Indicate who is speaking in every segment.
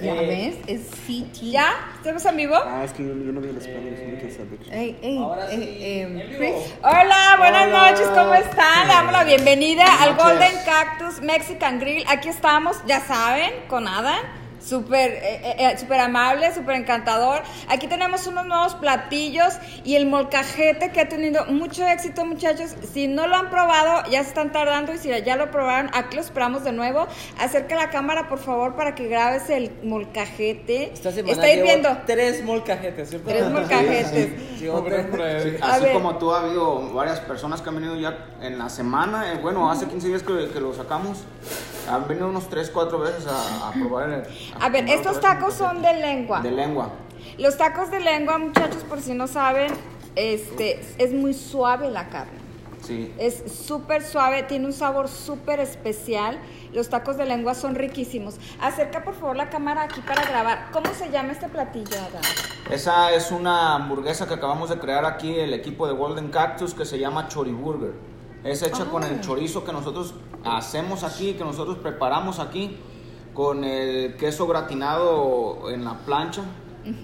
Speaker 1: ¿Ya
Speaker 2: Eh.
Speaker 1: ves? Es City.
Speaker 3: ¿Ya? ¿Estamos en vivo?
Speaker 4: Ah, es que yo, yo no vi los planes, no quiero saber.
Speaker 1: Ey, ey,
Speaker 2: Ahora sí,
Speaker 1: eh,
Speaker 2: en
Speaker 1: eh,
Speaker 2: vivo.
Speaker 1: Chris.
Speaker 3: Hola, buenas
Speaker 2: Hola.
Speaker 3: noches, ¿cómo están? Le damos la bienvenida al
Speaker 4: noches.
Speaker 3: Golden Cactus Mexican Grill. Aquí estamos, ya saben, con Adam. Súper eh, eh, eh, súper amable, súper encantador. Aquí tenemos unos nuevos platillos y el molcajete que ha tenido mucho éxito, muchachos. Si no lo han probado, ya se están tardando y si ya lo probaron, aquí lo esperamos de nuevo. Acerca la cámara, por favor, para que grabes el molcajete.
Speaker 2: Esta semana
Speaker 3: Está
Speaker 2: llevo
Speaker 3: hirviendo.
Speaker 2: tres molcajetes, ¿cierto?
Speaker 3: Tres molcajetes.
Speaker 2: Llevo tres
Speaker 4: Sí,
Speaker 3: A
Speaker 4: Eh, así
Speaker 3: ver.
Speaker 4: como tú, ha habido varias personas que han venido ya en la semana. eh, bueno, hace 15 días que, que lo sacamos. Han venido unos 3, 4 veces a, a probar el.
Speaker 3: A
Speaker 2: Ah,
Speaker 3: ver,
Speaker 4: probar
Speaker 3: estos
Speaker 4: otra vez.
Speaker 3: tacos son de lengua.
Speaker 4: De lengua.
Speaker 3: Los tacos de lengua, muchachos, por si no saben, este es muy suave la carne.
Speaker 4: Sí.
Speaker 3: Es súper suave, tiene un sabor súper especial. Los tacos de lengua son riquísimos. Acerca por favor la cámara aquí para grabar. ¿Cómo se llama este platillo, Adán?
Speaker 4: Esa es una hamburguesa que acabamos de crear aquí el equipo de Golden Cactus que se llama Chori Burger. Es hecha con
Speaker 3: Ah.
Speaker 4: el chorizo que nosotros hacemos aquí, que nosotros preparamos aquí, con el queso gratinado en la plancha.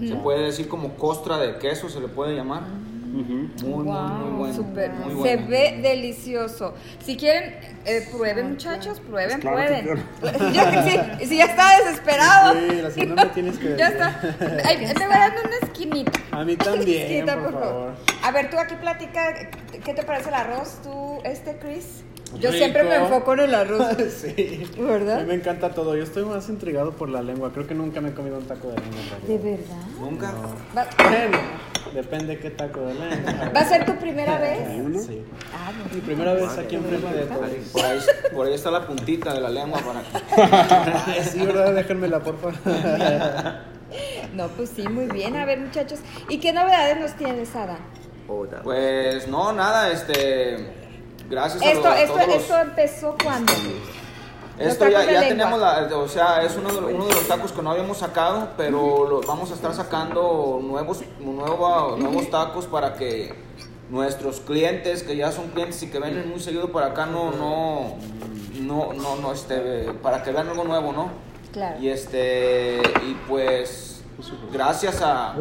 Speaker 4: Se puede decir como costra de queso, se le puede llamar. Muy, muy, muy bueno.
Speaker 3: Mm. súper.
Speaker 4: muy
Speaker 3: Se
Speaker 4: bueno.
Speaker 3: ve delicioso. Si quieren, eh, prueben, muchachos, prueben,
Speaker 5: Claro que
Speaker 3: prueben. Yo- sí, sí, ya está desesperado.
Speaker 5: Sí, la señora me tienes que
Speaker 3: Ya está. Ay, me voy dando una esquinita.
Speaker 5: A mí también,
Speaker 3: Esquinita,
Speaker 5: por favor.
Speaker 3: A ver, tú aquí platica, ¿qué te parece el arroz? Tú, este, Chris. Yo
Speaker 5: Rico.
Speaker 3: siempre me enfoco en el arroz,
Speaker 5: sí. A mí
Speaker 3: ¿verdad?
Speaker 5: me encanta todo. Yo estoy más intrigado por la lengua. Creo que nunca me he comido un taco de lengua. en
Speaker 3: ¿De
Speaker 5: realidad.
Speaker 3: verdad?
Speaker 4: Nunca.
Speaker 3: Va,
Speaker 5: Bueno, depende qué taco de lengua.
Speaker 3: ¿va a ser tu primera vez?
Speaker 5: Sí.
Speaker 3: Ah, no.
Speaker 5: Mi primera vez aquí enfrente de todos.
Speaker 4: Por ahí, por ahí está la puntita de la lengua para que.
Speaker 5: Ay, sí, ¿verdad? Déjenmela, por favor.
Speaker 3: No, pues sí, muy bien. A ver, muchachos. ¿Y qué novedades nos tienes, Ada?
Speaker 4: Pues no, nada, este. Gracias a,
Speaker 3: Esto,
Speaker 4: los- a
Speaker 3: esto,
Speaker 4: todos los-
Speaker 3: esto empezó cuando. Los
Speaker 4: Esto
Speaker 3: tacos
Speaker 4: ya,
Speaker 3: de
Speaker 4: ya
Speaker 3: lengua.
Speaker 4: tenemos la, eh, o sea, es uno de, uno de los tacos que no habíamos sacado, pero lo- vamos a estar sacando nuevos, nueva- nuevos tacos para que nuestros clientes, que ya son clientes y que vienen muy seguido para acá, no, no, no, no, no, este, para que vean algo nuevo, ¿no?
Speaker 3: Claro.
Speaker 4: Y este, y pues, gracias a,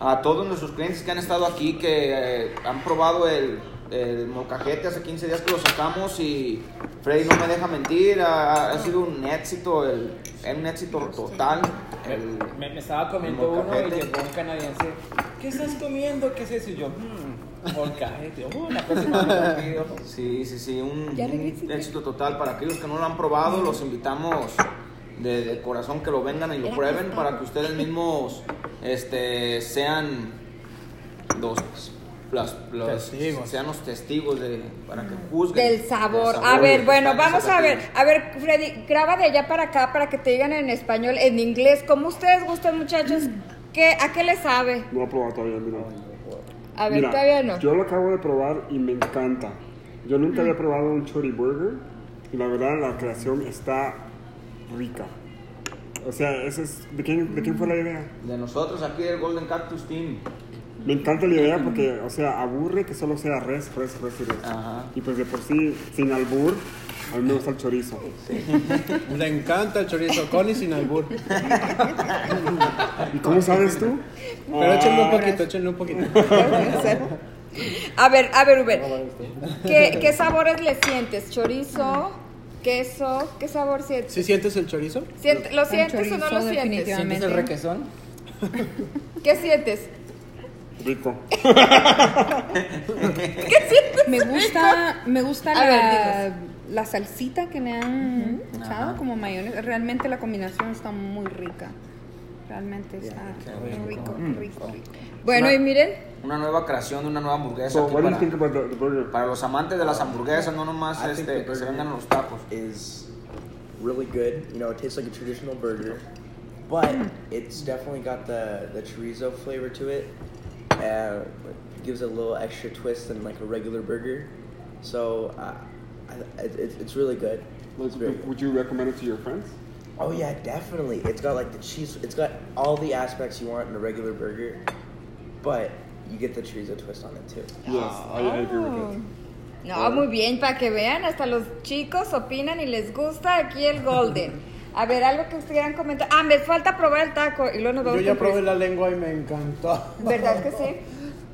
Speaker 4: a todos nuestros clientes que han estado aquí, que eh, han probado el, el molcajete hace 15 días que lo sacamos y Freddy no me deja mentir, ha, ha sido un éxito, el, es un éxito total.
Speaker 2: eh,
Speaker 4: el-
Speaker 2: Me, me estaba comiendo
Speaker 4: el
Speaker 2: uno y
Speaker 4: molcajete.
Speaker 2: llegó un canadiense. ¿Qué estás comiendo? ¿Qué es eso? Y yo, mmm, molcajete. Oh, la próxima me lo pido.
Speaker 4: Sí, sí, sí, un,
Speaker 3: Ya
Speaker 4: un
Speaker 3: regrésate.
Speaker 4: éxito total. Para aquellos que no lo han probado, los invitamos de, de corazón que lo vengan y lo prueben para que ustedes mismos este, sean los, las- los-
Speaker 5: Testigos.
Speaker 4: sean los testigos de, para que juzguen.
Speaker 3: Del sabor.
Speaker 4: del
Speaker 3: A
Speaker 4: sabor
Speaker 3: ver,
Speaker 4: y
Speaker 3: bueno,
Speaker 4: están
Speaker 3: vamos a ver.
Speaker 4: exactamente.
Speaker 3: A ver, Freddy, graba de allá para acá para que te digan en español, en inglés, como ustedes gustan, muchachos. ¿Qué, ¿A qué le sabe?
Speaker 5: No he probado todavía, mira.
Speaker 3: A ver,
Speaker 5: Mira,
Speaker 3: todavía no.
Speaker 5: Yo lo acabo de probar y me encanta. Yo nunca había probado un chori burger y la verdad la creación está rica. O sea, ese es, ¿de, quién, de quién fue la idea?
Speaker 4: De nosotros aquí del Golden Cactus Team.
Speaker 5: Me encanta la idea porque, o sea, aburre que solo sea res, res, res y res.
Speaker 4: Ajá.
Speaker 5: Y pues de por sí, sin albur, a mí me gusta el chorizo. Le encanta el chorizo, con y sin albur. ¿Y cómo sabes tú?
Speaker 2: Ah.
Speaker 5: Pero échenle un poquito, échenle un poquito.
Speaker 3: A ver, a ver, Uber. ¿Qué, qué sabores le sientes? ¿Chorizo? ¿Queso? ¿Qué sabor sientes?
Speaker 5: ¿Sí sientes el chorizo?
Speaker 3: Siente- ¿Lo
Speaker 1: Un
Speaker 3: sientes o no
Speaker 1: chorizo,
Speaker 3: lo sientes?
Speaker 1: definitivamente.
Speaker 2: ¿Sientes el requesón?
Speaker 3: ¿Qué sientes?
Speaker 5: Rico.
Speaker 1: Me gusta, me gusta
Speaker 3: A
Speaker 1: la,
Speaker 3: ver,
Speaker 1: la salsita que me han echado como mayonesa. Realmente la combinación está muy rica. Realmente está muy rico, rico, rico.
Speaker 3: Bueno,
Speaker 4: Una-
Speaker 3: y miren,
Speaker 4: Una nueva creación, una nueva hamburguesa.
Speaker 5: So,
Speaker 4: aquí
Speaker 5: what do you
Speaker 4: para-
Speaker 5: think about the, the burger?
Speaker 4: Para los amantes de las hamburguesas, no nomás este, que se vengan los tacos.
Speaker 6: is really good. You know, it tastes like a traditional burger, but it's definitely got the the chorizo flavor to it. Uh, it gives it a little extra twist than like a regular burger. So, uh, I, it, it- it's really good. It's very good.
Speaker 5: Would you recommend it to your friends?
Speaker 6: Oh yeah, definitely. It's got like the cheese. It's got all the aspects you want in a regular burger, but you get the chorizo twist on it too.
Speaker 7: Ah,
Speaker 5: Yes, I, I agree with it.
Speaker 3: Oh. No, muy bien, para que vean, hasta los chicos opinan y les gusta aquí el Golden. A ver, algo que ustedes quieran comentar. Ah, me falta probar el taco y luego nos
Speaker 2: Yo
Speaker 3: vamos
Speaker 2: ya
Speaker 3: con Chris.
Speaker 2: probé la lengua y me encantó.
Speaker 3: ¿Verdad que sí?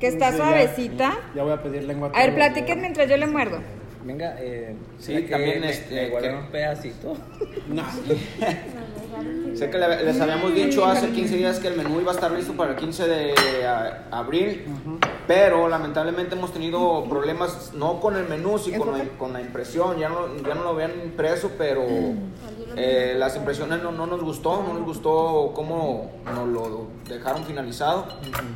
Speaker 3: Que está
Speaker 2: Sí, ya.
Speaker 3: suavecita.
Speaker 2: Ya voy a pedir lengua.
Speaker 3: A ver,
Speaker 2: todos los
Speaker 3: platiquen mientras yo le muerdo.
Speaker 7: Venga, eh,
Speaker 4: Sí,
Speaker 7: ¿será que
Speaker 4: también,
Speaker 7: me-
Speaker 4: este,
Speaker 7: me guardé
Speaker 4: que-
Speaker 7: un pedacito.
Speaker 2: días. No.
Speaker 4: Sé que le- les habíamos dicho hace 15 días que el menú iba a estar listo para el 15 de a- abril, pero lamentablemente hemos tenido problemas no con el menú, sino con la, con la impresión. Ya no, ya no lo habían impreso, pero
Speaker 3: Mm.
Speaker 4: eh, las impresiones no, no nos gustó, no nos gustó cómo nos lo dejaron finalizado.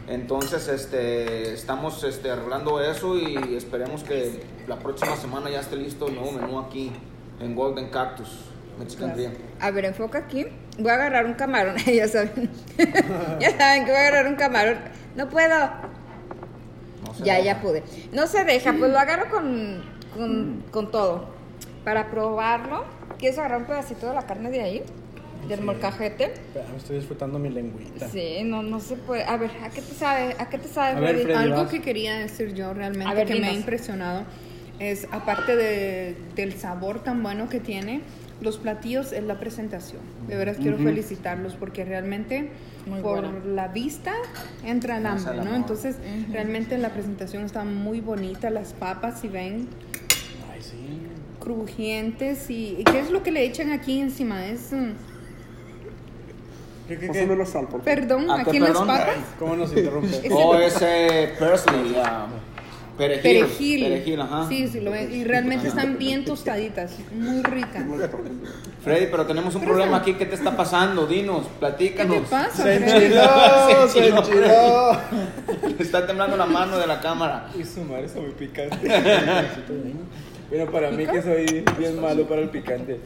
Speaker 4: Entonces este, estamos este, arreglando eso y esperemos que la próxima semana ya esté listo el nuevo menú aquí en Golden Cactus, Mexican Grill.
Speaker 3: A ver, enfoca aquí. Voy a agarrar un camarón. ya saben. ya saben que voy a agarrar un camarón. No puedo.
Speaker 4: No se
Speaker 3: ya,
Speaker 4: deja.
Speaker 3: ya pude. No se deja, pues lo
Speaker 2: Mm.
Speaker 3: agarro con, con, con todo. Para probarlo, ¿quieres agarrar un pedacito de la carne de ahí? Del molcajete.
Speaker 2: Espera, Estoy disfrutando mi lengüita.
Speaker 3: Sí, no, no se puede. A ver, ¿a qué te sabe? ¿A qué te sabe,
Speaker 2: A ver,
Speaker 3: Freddy?
Speaker 2: Freddy.
Speaker 1: Algo
Speaker 2: vas.
Speaker 1: que quería decir yo realmente
Speaker 3: A ver,
Speaker 1: que me ha
Speaker 3: dinos.
Speaker 1: impresionado es, aparte de- del sabor tan bueno que tiene, los platillos es la presentación. De veras quiero felicitarlos porque realmente
Speaker 3: Muy
Speaker 1: por
Speaker 3: buena.
Speaker 1: la vista entra el
Speaker 4: Más
Speaker 1: hambre,
Speaker 4: al
Speaker 1: ¿no?
Speaker 4: amor.
Speaker 1: Entonces, realmente la presentación está muy bonita. Las papas, si ven,
Speaker 2: Ay, sí.
Speaker 1: crujientes. ¿Y ¿y qué es lo que le echan aquí encima? Es, mm,
Speaker 2: ¿Qué, qué, qué?
Speaker 5: Pásamelo sal, por favor.
Speaker 1: perdón,
Speaker 4: Ah,
Speaker 1: aquí
Speaker 4: qué
Speaker 1: en las
Speaker 4: perdón.
Speaker 1: papas.
Speaker 2: ¿Cómo nos interrumpe?
Speaker 4: O ese parsley, ah, perejil.
Speaker 1: Perejil.
Speaker 4: Perejil, ajá.
Speaker 1: Sí, sí, lo ven. Y realmente están bien tostaditas. Muy ricas.
Speaker 4: Freddy, pero tenemos un problema aquí. ¿Qué te está pasando? Dinos,
Speaker 1: ¿Qué te
Speaker 4: platícanos.
Speaker 1: pasa?
Speaker 2: Se
Speaker 1: Freddy?
Speaker 2: enchiló,
Speaker 4: Se
Speaker 2: Ah, se
Speaker 4: enchiló.
Speaker 2: enchiló.
Speaker 4: Le está temblando la mano de la cámara.
Speaker 7: Y su madre está muy picante. bueno, para mí que soy bien malo para el picante.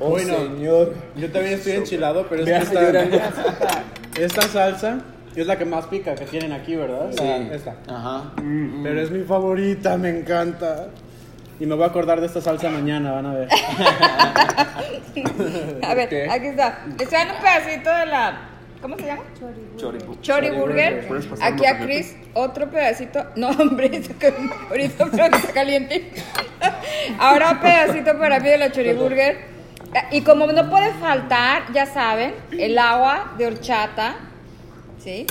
Speaker 7: Oh,
Speaker 2: Bueno.
Speaker 7: señor.
Speaker 2: Yo también estoy enchilado, pero es
Speaker 7: Me
Speaker 2: que
Speaker 7: hace llorar.
Speaker 2: esta, esta salsa es la que más pica que tienen aquí, ¿verdad?
Speaker 4: Sí.
Speaker 2: La- esta.
Speaker 4: Ajá.
Speaker 2: Pero es mi favorita, me encanta. Y me voy a acordar de esta salsa mañana, van a ver.
Speaker 3: A ver, aquí está. Estoy dando un pedacito de la. ¿Cómo se llama?
Speaker 4: Choripu.
Speaker 3: Chori Burger.
Speaker 5: ¿Puedes pasar
Speaker 3: Aquí a
Speaker 5: molcajete?
Speaker 3: Chris, otro pedacito. No, hombre, eso que- ahorita creo que está caliente. Ahora un pedacito para mí de la Chori Burger. Eh, Y como no puede faltar, ya saben, el agua de horchata. ¿Sí?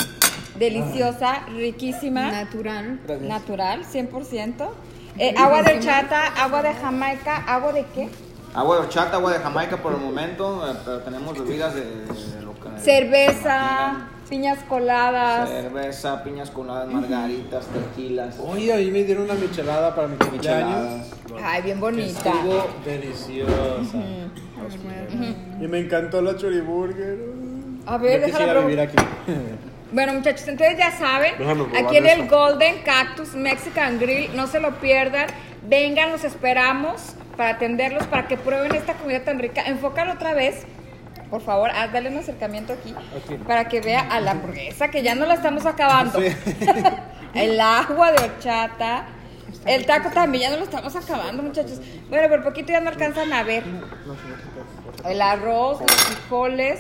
Speaker 3: Deliciosa, riquísima,
Speaker 1: Natural.
Speaker 3: natural, 100%. Eh, agua de horchata, agua de Jamaica, agua de qué?
Speaker 4: Agua de horchata, agua de Jamaica por el momento. eh, Pero tenemos bebidas de, de lo que.
Speaker 3: Cerveza, piñas coladas.
Speaker 4: Cerveza, piñas coladas, margaritas, tequilas.
Speaker 2: Oye, ahí me dieron una michelada para mi cumpleaños.
Speaker 4: micheladas.
Speaker 3: Ay, bien bonita.
Speaker 2: Estuvo deliciosa. Y me encantó la choriburger.
Speaker 3: A ver,
Speaker 2: Yo
Speaker 3: déjala
Speaker 2: quisiera
Speaker 3: probar.
Speaker 2: vivir aquí.
Speaker 3: Bueno, muchachos, entonces ya saben,
Speaker 5: Déjalo probar
Speaker 3: aquí en el
Speaker 5: eso.
Speaker 3: Golden Cactus Mexican Grill, no se lo pierdan. Vengan, los esperamos para atenderlos, para que prueben esta comida tan rica. Enfócalo otra vez. Por favor, haz, dale un acercamiento aquí para que vea a la hamburguesa, que ya no la estamos acabando. el agua de horchata, el taco también, ya no lo estamos acabando, muchachos. Bueno, por poquito ya no alcanzan a ver. El arroz, los frijoles.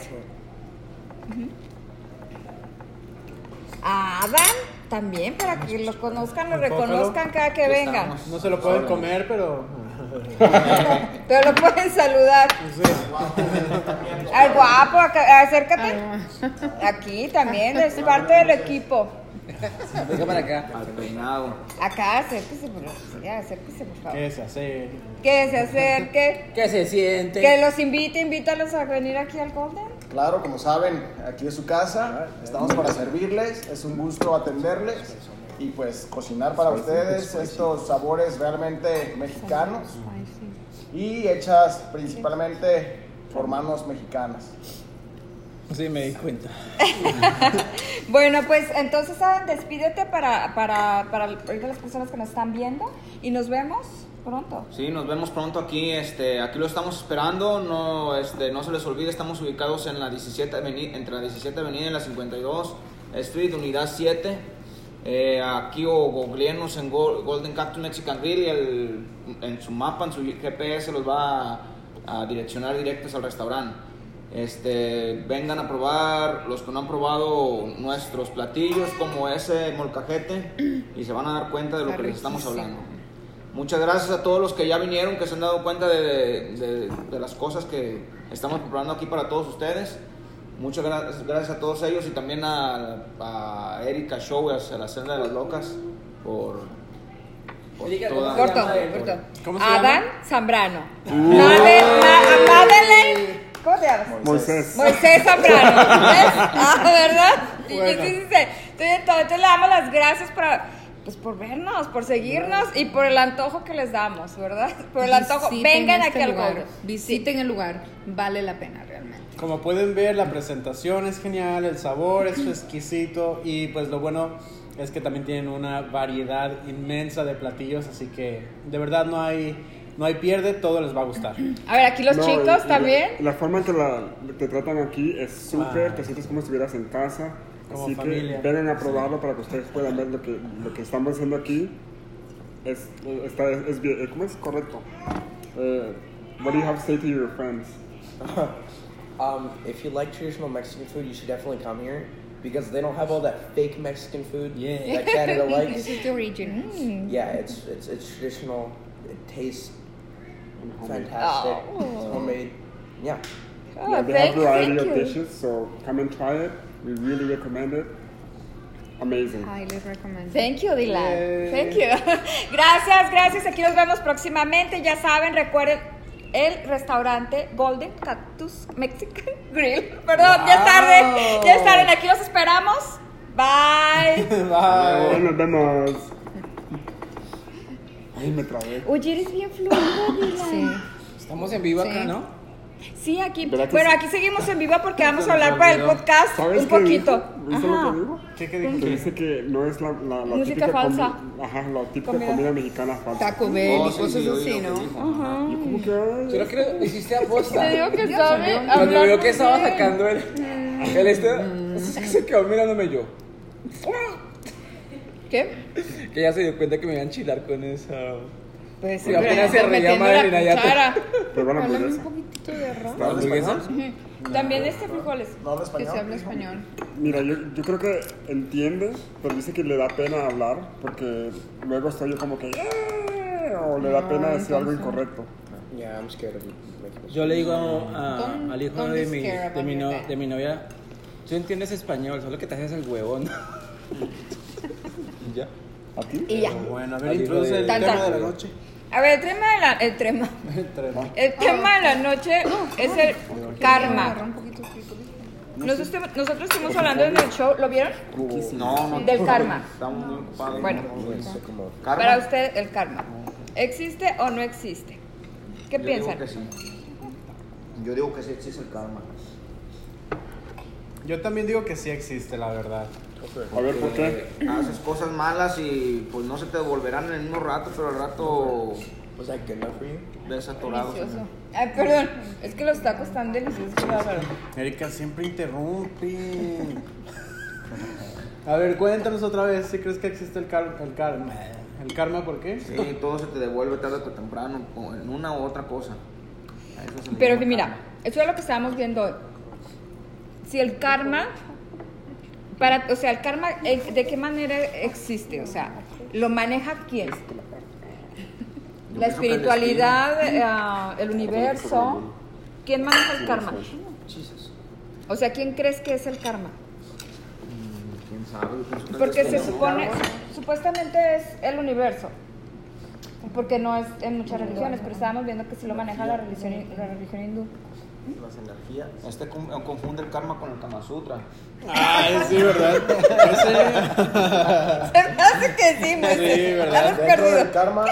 Speaker 3: A Adam también, para que lo conozcan, lo
Speaker 2: Enfócalo.
Speaker 3: reconozcan cada que
Speaker 4: Aquí
Speaker 3: vengan.
Speaker 4: estamos.
Speaker 2: No se lo pueden comer, pero.
Speaker 3: Pero lo pueden saludar. Al guapo, acá- acércate. Aquí también, es parte del equipo.
Speaker 7: Venga para acá.
Speaker 4: Al peinado.
Speaker 3: Acá, acérquese, por sí, acérquese, por favor.
Speaker 2: ¿Qué es así?
Speaker 3: Que se acerque,
Speaker 7: ¿Qué se siente?
Speaker 3: que los invite, invítalos a venir aquí al Golden.
Speaker 8: Claro, como saben, aquí es su casa, estamos para servirles, es un gusto atenderles y pues cocinar para ustedes estos sabores realmente mexicanos y hechas principalmente por manos eh, mexicanas.
Speaker 7: Sí, me di cuenta.
Speaker 3: Bueno, pues entonces, Adam, despídete para, para, para ahorita las personas que nos están viendo y nos vemos pronto.
Speaker 4: Sí, nos vemos pronto aquí, este, aquí lo estamos esperando, no, este, no se les olvide, estamos ubicados en la 17 avenida, entre la 17 avenida y la 52 Street, unidad 7, Eh, aquí o googleanos en Go- Golden Cactus Mexican Grill y el- en su mapa, en su GPS los va a, a direccionar directos al restaurante. Este, vengan a probar los que no han probado nuestros platillos como ese molcajete y se van a dar cuenta de lo
Speaker 1: Está
Speaker 4: que les estamos
Speaker 1: riquísimo.
Speaker 4: hablando. Muchas gracias a todos los que ya vinieron, que se han dado cuenta de, de- de las cosas que estamos preparando aquí para todos ustedes. Muchas gra- gracias a todos ellos y también a, a Erika Show, a la Senda de las Locas, por, por toda-
Speaker 3: Corto, corto.
Speaker 2: ¿Cómo se
Speaker 3: Adán Zambrano. Madel- Ma- a Madeleine. ¿Cómo te llamas?
Speaker 5: Moisés.
Speaker 3: Moisés Zambrano. ¿Ves? Ah, ¿verdad? Sí, sí, sí, sí. Entonces, entonces le damos las gracias para, pues, por vernos, por seguirnos y por el antojo que les damos, ¿verdad? Por el antojo.
Speaker 1: Visiten
Speaker 3: Vengan
Speaker 1: este
Speaker 3: aquí al
Speaker 1: lugar,
Speaker 3: Golden.
Speaker 1: Visiten el lugar, vale la pena realmente.
Speaker 2: Como pueden ver, la presentación es genial, el sabor es exquisito y pues lo bueno es que también tienen una variedad inmensa de platillos, así que de verdad no hay no hay pierde, todo les va a gustar.
Speaker 3: A ver, aquí los
Speaker 5: No, y- y
Speaker 3: chicos
Speaker 5: la-
Speaker 3: también.
Speaker 5: La, forma en que la- te tratan aquí es súper, te sientes como si estuvieras en casa.
Speaker 2: Ah. Como
Speaker 5: así
Speaker 2: familia.
Speaker 5: que vengan a probarlo para que ustedes puedan ver lo que, lo que estamos haciendo aquí. Es, está, es, es bien- ¿Cómo es correcto? Eh, what do you have to say to your friends?
Speaker 6: Um, if you like traditional Mexican food, you should definitely come here because they don't have all that fake Mexican food
Speaker 2: Yeah.
Speaker 6: that Canada likes.
Speaker 1: This is the original.
Speaker 6: Yeah, it's it's it's traditional. It tastes fantastic.
Speaker 7: Oh.
Speaker 6: It's homemade. Yeah.
Speaker 3: Oh,
Speaker 5: Yeah, they have
Speaker 3: thank-
Speaker 5: variety
Speaker 3: thank
Speaker 5: of
Speaker 3: you.
Speaker 5: dishes, so come and try it. We really recommend it. Amazing.
Speaker 1: Highly recommend.
Speaker 3: Thank you, Dylan.
Speaker 2: Eh.
Speaker 3: Thank you. Gracias, gracias. Aquí nos vemos próximamente. Ya saben, recuerden el restaurante Golden Cactus Mexican Grill. Perdón, ya es tarde. Ya es tarde. Aquí los esperamos. Bye.
Speaker 2: Ah.
Speaker 5: Ay, nos vemos. Ay, me trabé.
Speaker 3: Oye, eres bien fluido, Dylan. Sí.
Speaker 2: Estamos en vivo acá, ¿no?
Speaker 3: aquí.
Speaker 5: ¿Verdad que
Speaker 3: Bueno,
Speaker 5: sí?
Speaker 3: aquí seguimos en vivo porque vamos a hablar para el podcast
Speaker 5: ¿Sabes
Speaker 3: un
Speaker 5: qué
Speaker 3: poquito.
Speaker 5: dijo? ¿Viste lo
Speaker 3: Ajá.
Speaker 5: que dijo?
Speaker 2: ¿Qué, qué
Speaker 5: Que
Speaker 2: dijo?
Speaker 5: dice que no es la, la, la
Speaker 3: Música
Speaker 5: típica comi-
Speaker 3: falsa.
Speaker 5: ajá, la típica
Speaker 3: Comida.
Speaker 5: comida, mexicana falsa.
Speaker 1: Taco Bell
Speaker 4: Oh,
Speaker 1: y
Speaker 4: sí,
Speaker 1: cosas
Speaker 4: sí, yo
Speaker 1: así,
Speaker 4: digo que
Speaker 1: ¿no?
Speaker 4: dijo.
Speaker 5: Yo como que,
Speaker 7: Yo
Speaker 5: ay,
Speaker 7: creo que lo hiciste aposta.
Speaker 3: Te digo que sabe
Speaker 7: Cuando
Speaker 3: hablar
Speaker 7: veo
Speaker 3: muy
Speaker 7: que estaba
Speaker 3: bien. Mm.
Speaker 7: sacando el, el este, se quedó mirándome yo.
Speaker 3: ¿Qué?
Speaker 7: Que ya se dio cuenta que me iban a chilar con esa.
Speaker 3: Pues
Speaker 7: Y apenas se reía
Speaker 3: metiendo la
Speaker 7: Madeline, ya te-
Speaker 3: cuchara.
Speaker 5: prueba la
Speaker 1: Háblame un
Speaker 5: hamburguesa.
Speaker 1: poquitito de arroz.
Speaker 7: ¿La hamburguesa?
Speaker 3: También este frijoles.
Speaker 8: No habla
Speaker 1: Que se
Speaker 8: español.
Speaker 1: habla español.
Speaker 5: Mira, yo, yo creo que entiende, pero dice que le da pena hablar porque luego estoy yo como que "Eh", o le
Speaker 3: Ah,
Speaker 5: da pena decir algo incorrecto.
Speaker 6: Yeah, I'm scared of making
Speaker 7: Yo le digo a-
Speaker 1: Don't-
Speaker 7: al hijo
Speaker 1: don't
Speaker 7: de
Speaker 1: be
Speaker 7: mi,
Speaker 1: scared
Speaker 7: de, mi
Speaker 1: about
Speaker 7: no-
Speaker 1: your dad.
Speaker 7: de mi novia, tú entiendes español, solo que te haces el huevón. Y ya.
Speaker 5: ¿A ti?
Speaker 3: Y ya.
Speaker 2: Bueno, a
Speaker 7: Al
Speaker 2: ver,
Speaker 7: hijo
Speaker 2: introduce el
Speaker 7: de-
Speaker 2: tema
Speaker 3: Tan,
Speaker 2: de
Speaker 3: tan.
Speaker 2: la noche.
Speaker 3: A ver, el tema de la, el tema,
Speaker 2: El tema.
Speaker 3: el tema de la noche es el
Speaker 1: Agarra
Speaker 3: karma.
Speaker 1: un poquito de frijoles.
Speaker 3: Nosotros, estuvimos- nosotros estuvimos hablando en el show, ¿lo vieron?
Speaker 4: Uh, No, no.
Speaker 3: Del karma.
Speaker 4: Estamos muy ocupados.
Speaker 3: Bueno.
Speaker 6: Mm-hmm.
Speaker 4: Karma.
Speaker 3: Para usted el karma. ¿Existe o no existe? ¿Qué
Speaker 4: Yo
Speaker 3: piensan?
Speaker 4: Digo que sí. Yo digo que sí existe el karma.
Speaker 2: Yo también digo que sí existe, la verdad.
Speaker 5: A ver, ¿por qué?
Speaker 4: Eh, haces cosas malas y pues no se te devolverán en el mismo rato, pero al rato
Speaker 6: Was that good enough for you?
Speaker 4: ves atorado.
Speaker 3: Delicioso. Ay, perdón, es que los tacos están deliciosos. qué bárbaro.
Speaker 2: Erika siempre interrumpe. A ver, cuéntanos otra vez si crees que existe el, car- el karma. ¿El karma por qué?
Speaker 4: Sí, todo se te devuelve tarde o temprano, o en una u otra cosa. A eso se le
Speaker 3: Pero
Speaker 4: llama
Speaker 3: mira,
Speaker 4: karma.
Speaker 3: eso es lo que estábamos viendo hoy. Si el karma, para, o sea, el karma, eh, ¿de qué manera existe? O sea, ¿lo maneja quién?
Speaker 4: Yo
Speaker 3: La
Speaker 4: pienso que el
Speaker 3: espiritualidad, eh, ah, el universo. ¿Quién maneja el karma? O sea, ¿quién crees que es el karma?
Speaker 4: ¿Quién sabe? Yo pienso que Pues este el
Speaker 3: Porque se
Speaker 4: destino.
Speaker 3: supone, supuestamente es el universo. Porque no es en muchas religiones, pero estábamos viendo que sí lo maneja la religión, la religión hindú.
Speaker 8: Las energías.
Speaker 4: Este con- confunde el karma con el Kama Sutra.
Speaker 2: Ay, sí, ¿verdad?
Speaker 3: Se me hace que sí, Moisés.
Speaker 2: Sí, ¿verdad?
Speaker 3: Estamos
Speaker 8: Dentro
Speaker 3: perdidos.
Speaker 8: del karma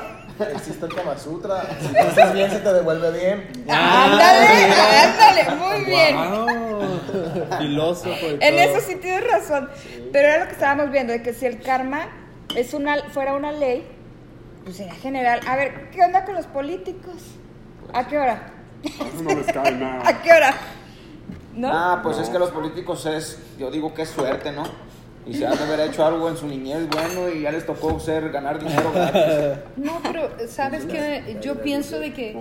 Speaker 8: existe el Kama Sutra. Si te haces bien, se te devuelve bien.
Speaker 3: Ah,
Speaker 2: Ah,
Speaker 3: Ándale, ándale, muy bien.
Speaker 2: Wow. Filósofo
Speaker 1: Ah.
Speaker 2: y
Speaker 3: En
Speaker 2: todo.
Speaker 3: eso sí tienes razón. Pero era lo que estábamos viendo, de que si el karma es una, fuera una ley, pues sería general. A ver, ¿qué onda con los políticos? ¿A qué hora?
Speaker 5: Eso no les cae
Speaker 3: ¿A
Speaker 5: nada.
Speaker 3: qué hora? ¿No?
Speaker 4: Ah, pues es que los políticos es, yo digo que es suerte, ¿no? Y se han de haber hecho algo en su niñez bueno y ya les tocó ser ganar dinero gratis.
Speaker 1: No, pero sabes que yo pienso de que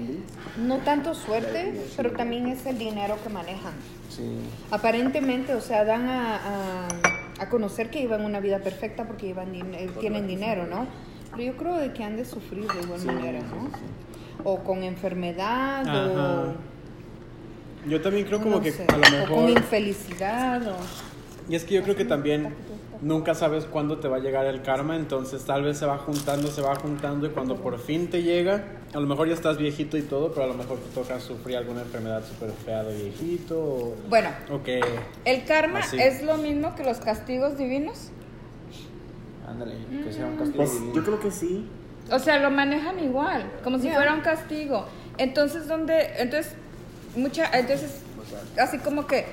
Speaker 1: no tanto suerte, pero también es el dinero que manejan.
Speaker 4: Sí.
Speaker 1: Aparentemente, o sea, dan a, a- a conocer que llevan una vida perfecta porque llevan din- eh, tienen dinero, ¿no? Pero yo creo de que han de sufrir de igual manera, ¿no? O con enfermedad, o...
Speaker 2: Ajá. Yo también creo como
Speaker 1: no
Speaker 2: que
Speaker 1: sé,
Speaker 2: a lo
Speaker 1: O con
Speaker 2: mejor...
Speaker 1: infelicidad, o...
Speaker 2: Y es que yo creo que también nunca sabes cuándo te va a llegar el karma, entonces tal vez se va juntando, se va juntando y cuando por fin te llega, a lo mejor ya estás viejito y todo, pero a lo mejor te toca sufrir alguna enfermedad súper fea de viejito o,
Speaker 3: Bueno,
Speaker 2: o que...
Speaker 3: ¿el karma
Speaker 2: Así.
Speaker 3: es lo mismo que los castigos divinos?
Speaker 4: Ándale, que sea un castigo.
Speaker 5: Pues
Speaker 4: divino.
Speaker 5: yo creo que sí.
Speaker 3: O sea, lo manejan igual, como si fuera un castigo. Entonces, ¿dónde? Entonces, mucha, entonces, así como que,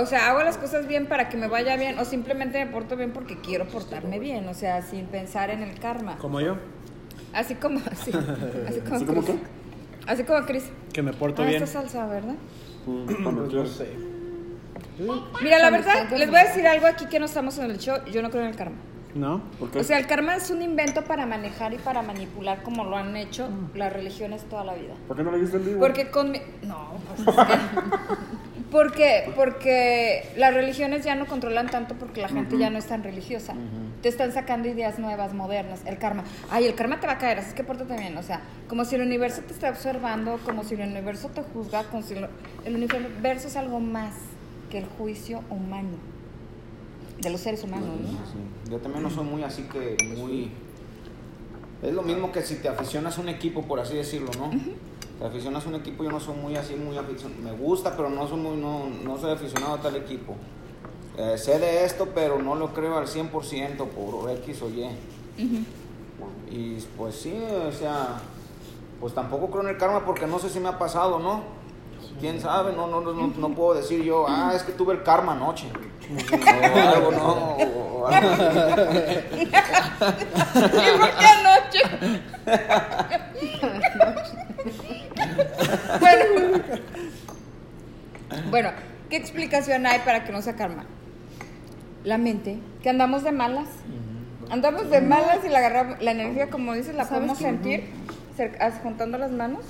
Speaker 3: o sea, hago las cosas bien para que me vaya bien, o simplemente me porto bien porque quiero portarme bien, o sea, sin pensar en el karma.
Speaker 2: Como yo,
Speaker 3: Así como, así, así como,
Speaker 5: ¿Así como
Speaker 3: Chris.
Speaker 5: qué?
Speaker 3: Así como Chris.
Speaker 2: que me porto
Speaker 3: Ah,
Speaker 2: bien.
Speaker 3: esta salsa, ¿verdad?
Speaker 5: Cuando
Speaker 2: Mm, pues, No
Speaker 5: quieras.
Speaker 2: sé.
Speaker 3: Mira, la verdad, les voy a decir algo aquí que no estamos en el show, yo no creo en el karma.
Speaker 2: ¿No?
Speaker 5: ¿Por qué?
Speaker 3: O sea, el karma es un invento para manejar y para manipular como lo han hecho las religiones toda la vida.
Speaker 5: ¿Por qué no lo viste en vivo?
Speaker 3: Porque con mi- No, pues es que- Porque, porque las religiones ya no controlan tanto porque la gente ya no es tan religiosa. Te están sacando ideas nuevas, modernas. El karma. Ay, el karma te va a caer, así que pórtate bien. O sea, como si el universo te está observando, como si el universo te juzga, como si lo- el universo es algo más que el juicio humano. De los seres humanos, ¿no?
Speaker 4: Sí. Yo también no soy muy así que muy... Es lo mismo que si te aficionas a un equipo, por así decirlo, ¿no? Te aficionas a un equipo, yo no soy muy así, muy aficionado. Me gusta, pero no soy, muy, no, no soy aficionado a tal equipo. Eh, sé de esto, pero no lo creo al 100% por X o Y. Y pues sí, o sea, pues tampoco creo en el karma porque no sé si me ha pasado, ¿no? ¿Quién sabe? No, no, no, no, no puedo decir yo, ah, es que tuve el karma anoche. O algo, ¿no? O- o algo.
Speaker 3: ¿Y por qué anoche? bueno, bueno, ¿qué explicación hay para que no sea karma? La mente, que andamos de malas. Andamos de malas y la agarramos, la energía, como dices, la
Speaker 1: ¿Sabes
Speaker 3: podemos
Speaker 1: qué?
Speaker 3: sentir cer- as- juntando las manos.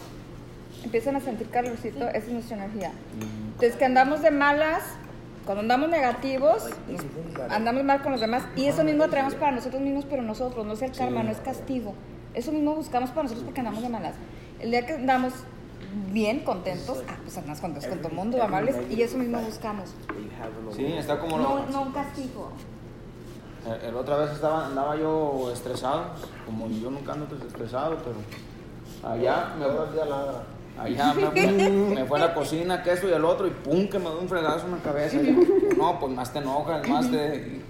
Speaker 3: Empiezan a sentir calorcito, esa es nuestra energía. Entonces, que andamos de malas, cuando andamos negativos, nos- andamos mal con los demás y eso mismo traemos para nosotros mismos, pero nosotros, no es el karma, no es castigo. Eso mismo buscamos para nosotros porque andamos de malas. El día que andamos bien, contentos, ah, pues andamos contentos con todo el mundo, amables, y eso mismo buscamos.
Speaker 4: Sí, está como lo-
Speaker 3: No, no un castigo.
Speaker 4: El, el otra vez estaba, andaba yo estresado, como yo nunca ando estresado, pero allá me Allá me, fue- me fue a la cocina, que eso y el otro, y pum, que me dio un fregazo en la cabeza. Y yo, no, pues más te enojas, más te.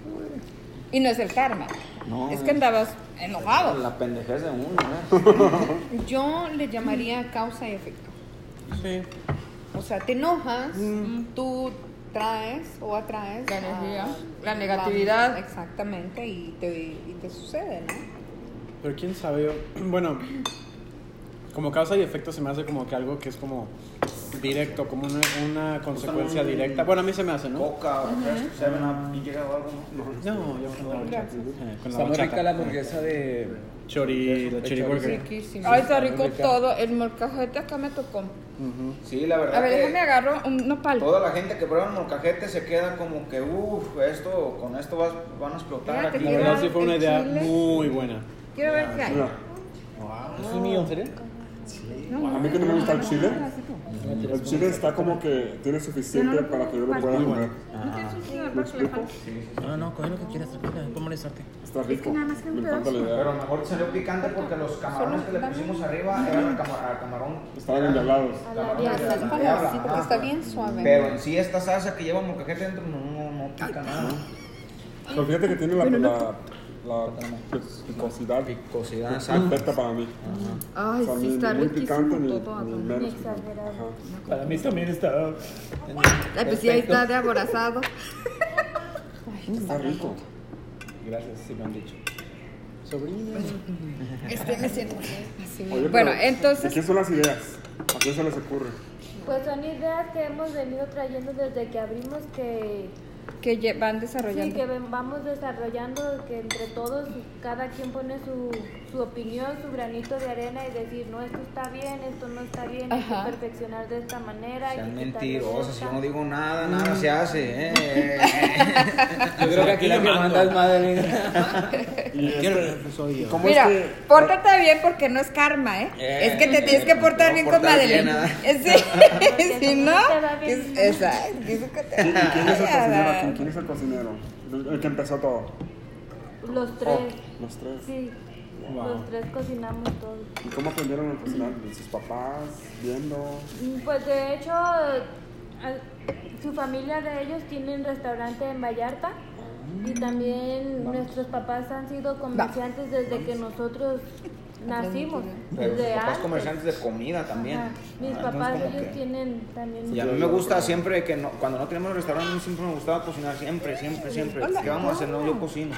Speaker 3: Y no es el karma.
Speaker 4: No,
Speaker 3: es que andabas enojado.
Speaker 4: La pendejez de uno, ¿eh?
Speaker 1: Yo le llamaría causa y efecto.
Speaker 2: Sí.
Speaker 1: O sea, te enojas, tú traes o atraes
Speaker 3: La energía,
Speaker 1: a-
Speaker 3: la negatividad.
Speaker 1: exactamente, y te, y te sucede, ¿no?
Speaker 2: Pero quién sabe, yo- bueno, como causa y efecto se me hace como que algo que es como directo, como una, una consecuencia directa. Bueno, a mí se me hace,
Speaker 7: Oh,
Speaker 2: ¿no?
Speaker 4: Coca, refresco, Seven Up, y llega algo, ¿no?
Speaker 2: No, yo con la bachata. Eh, Con la
Speaker 7: Está muy rica la
Speaker 2: bachata.
Speaker 7: hamburguesa de.
Speaker 2: Chori, la chori burger.
Speaker 1: Riquísimo.
Speaker 3: Ay, está rico todo. El molcajete acá me tocó.
Speaker 4: Sí, la verdad.
Speaker 3: A ver,
Speaker 4: que
Speaker 3: déjame agarro un nopal.
Speaker 4: Toda la gente que prueba el molcajete se queda como que, uff, esto, con esto vas- van a explotar
Speaker 3: Fíjate
Speaker 4: aquí.
Speaker 2: La verdad sí fue una
Speaker 3: El
Speaker 2: idea
Speaker 3: chile.
Speaker 2: muy buena.
Speaker 3: Quiero ver qué hay.
Speaker 5: Mira,
Speaker 2: ¿Es mío, en serio?
Speaker 5: a mí que no me gusta el chile, el chile está como que tiene suficiente para que yo lo pueda comer.
Speaker 9: No, no, coge lo que quieras, pues, tranquila, póngale suerte.
Speaker 5: Está rico. Me encanta la idea.
Speaker 4: Pero mejor salió picante porque los camarones que le pusimos arriba eran al cama- al camarón.
Speaker 5: Estaban engalados.
Speaker 4: camarón
Speaker 1: Ya,
Speaker 4: de
Speaker 1: está
Speaker 4: la
Speaker 1: espadacito,
Speaker 4: diabla, ajá.
Speaker 1: está bien suave.
Speaker 4: Pero en sí esta salsa que lleva molcajete dentro no, no, no pica nada.
Speaker 5: Pero fíjate que tiene la, la, la picosidad
Speaker 4: Picosidad,
Speaker 5: perfecta para mí. O
Speaker 3: Ay,
Speaker 5: sea,
Speaker 3: sí,
Speaker 5: ni
Speaker 3: está
Speaker 5: muy
Speaker 3: riquísimo
Speaker 5: picante ni,
Speaker 3: todo.
Speaker 5: ni
Speaker 3: Adán.
Speaker 5: menos. Ajá.
Speaker 9: Para mí también está.
Speaker 3: Ay, pues sí, ahí está de aborazado.
Speaker 5: Está rico.
Speaker 7: Gracias, sí me han dicho.
Speaker 3: Este me siento así.
Speaker 5: Oye,
Speaker 3: Bueno,
Speaker 5: pero, ¿de
Speaker 3: entonces,
Speaker 5: ¿Qué son las ideas? ¿A quién se les ocurre?
Speaker 10: Pues son ideas que hemos venido trayendo desde que abrimos que
Speaker 1: que lle- van desarrollando.
Speaker 10: Sí, que ven- vamos desarrollando, que entre todos cada quien pone su, su opinión, su granito de arena y decir, no, esto está bien, esto no está bien, hay
Speaker 3: Ajá.
Speaker 10: que perfeccionar de esta manera. hay
Speaker 4: Sean
Speaker 10: que quitarle
Speaker 4: mentirosos,
Speaker 10: esta".
Speaker 4: yo no digo nada, nada se hace. eh.
Speaker 7: Yo creo que aquí la que manda es madre.
Speaker 5: Y este-
Speaker 2: soy yo.
Speaker 5: ¿Cómo
Speaker 3: Mira,
Speaker 5: es que
Speaker 3: pórtate bien porque no es karma, ¿eh?
Speaker 4: Pues Eh,
Speaker 3: es que te tienes que
Speaker 4: no
Speaker 3: portar
Speaker 4: me
Speaker 3: bien
Speaker 4: voy a
Speaker 3: con
Speaker 4: portar
Speaker 3: Madeleine.
Speaker 4: bien,
Speaker 3: Eh, sí,
Speaker 10: Porque
Speaker 3: si
Speaker 10: si
Speaker 3: no,
Speaker 10: no, te va bien.
Speaker 3: es- exacto, es que te-
Speaker 5: ¿Qui- ¿Quién es el cocinero aquí? ¿Quién es el cocinero? El- El que empezó todo.
Speaker 10: Los tres,
Speaker 5: Los tres.
Speaker 10: sí, los tres cocinamos todo.
Speaker 5: ¿Y cómo aprendieron a cocinar? ¿De sus papás? ¿Viendo?
Speaker 10: Mm, Pues de hecho, al- su familia de ellos tienen restaurante en Vallarta y
Speaker 8: Mm.
Speaker 10: también nuestros papás han sido comerciantes desde que nosotros nacimos.
Speaker 4: Pero mis
Speaker 10: Desde
Speaker 4: papás
Speaker 10: antes.
Speaker 4: comerciantes de comida también.
Speaker 10: Ajá. Mis
Speaker 4: Ah, entonces
Speaker 10: papás
Speaker 4: como
Speaker 10: ellos
Speaker 4: que-
Speaker 10: tienen también.
Speaker 4: Y a mí me gusta siempre que no- cuando no tenemos restaurante, a mí siempre me gustaba cocinar, siempre, siempre, siempre. ¿Qué vamos a hacer? No, yo cocino.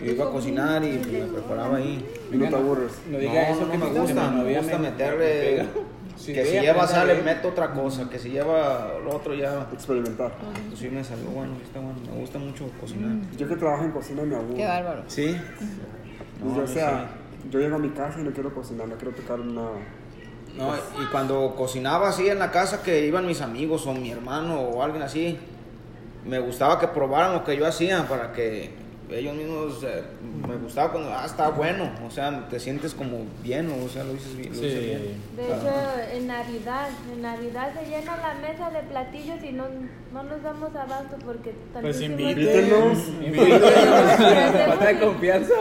Speaker 4: Y iba a cocinar y me preparaba ahí.
Speaker 5: Y no te aburres.
Speaker 7: No diga eso
Speaker 4: no,
Speaker 7: que
Speaker 4: me gusta, me
Speaker 7: novia
Speaker 4: gusta
Speaker 7: me-
Speaker 4: meterle.
Speaker 7: me pega. eh. Sí,
Speaker 4: que
Speaker 7: ve,
Speaker 4: si
Speaker 7: aprende
Speaker 4: lleva
Speaker 7: a
Speaker 4: sal, le
Speaker 7: ver.
Speaker 4: meto otra cosa. Que si lleva lo otro, ya.
Speaker 5: Experimentar.
Speaker 4: Pues sí, me salió bueno, sí está bueno. Me gusta mucho cocinar.
Speaker 5: Yo que trabajo en cocina me aburro.
Speaker 3: Qué bárbaro.
Speaker 4: ¿Sí?
Speaker 5: Pues,
Speaker 4: No,
Speaker 5: o
Speaker 4: yo
Speaker 5: sea, yo llego a mi casa y no quiero cocinar, no quiero tocar nada.
Speaker 4: No, y cuando cocinaba así en la casa que iban mis amigos o mi hermano o alguien así, me gustaba que probaran lo que yo hacía para que ellos mismos, eh, me gustaba cuando, ah, está bueno, o sea, te sientes como bien, o sea, lo dices bien. Lo hice
Speaker 2: Sí.
Speaker 4: bien.
Speaker 10: De hecho, en Navidad, en Navidad se llena la mesa de platillos y no, no nos damos abasto porque
Speaker 2: Pues
Speaker 10: tantísimos-
Speaker 5: Invítenos.
Speaker 7: Falta de confianza.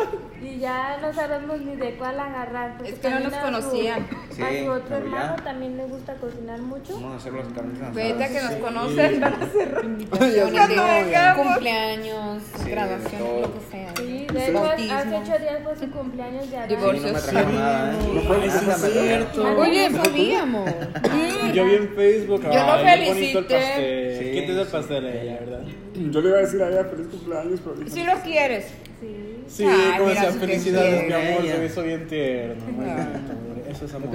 Speaker 10: Y ya no sabemos ni de cuál agarrar. porque
Speaker 3: Es que no nos
Speaker 10: también a su-
Speaker 3: conocían.
Speaker 4: Sí,
Speaker 10: a su otro
Speaker 4: pero ya.
Speaker 10: hermano también le gusta cocinar mucho.
Speaker 4: Vamos a hacer las carnes asadas.
Speaker 3: Vete a que nos conocen, van a cerrar.
Speaker 1: Invitaciones
Speaker 3: Cuando
Speaker 1: de
Speaker 3: vengamos.
Speaker 1: cumpleaños,
Speaker 4: Sí,
Speaker 1: graduaciones,
Speaker 4: todo.
Speaker 1: lo que sea.
Speaker 10: Sí, de hecho,
Speaker 3: Pues
Speaker 10: hace hace ocho días fue su cumpleaños de Adán.
Speaker 4: Sí, no me trajeron nada, ¿eh?
Speaker 5: No puedes
Speaker 2: Ah, sí, es cierto.
Speaker 1: Oye, no sabíamos.
Speaker 2: Yo vi en Facebook.
Speaker 3: Yo lo
Speaker 2: ay, qué bonito el
Speaker 3: felicité.
Speaker 2: pastel.
Speaker 4: Sí,
Speaker 2: ¿Quién te hizo el
Speaker 4: sí.
Speaker 2: pastel? Ella, ¿verdad?
Speaker 5: Yo le iba a decir a ella feliz cumpleaños, pero dije,
Speaker 3: Si lo quieres.
Speaker 10: Sí.
Speaker 2: Sí,
Speaker 3: Ay,
Speaker 2: como
Speaker 3: Ah, mira,
Speaker 2: decía,
Speaker 3: su
Speaker 2: felicidades, mi
Speaker 4: gestión.
Speaker 2: amor,
Speaker 4: Ella.
Speaker 2: se me hizo bien tierno. Muy
Speaker 3: Ah.
Speaker 2: bien,
Speaker 7: Este
Speaker 2: Eso es amor.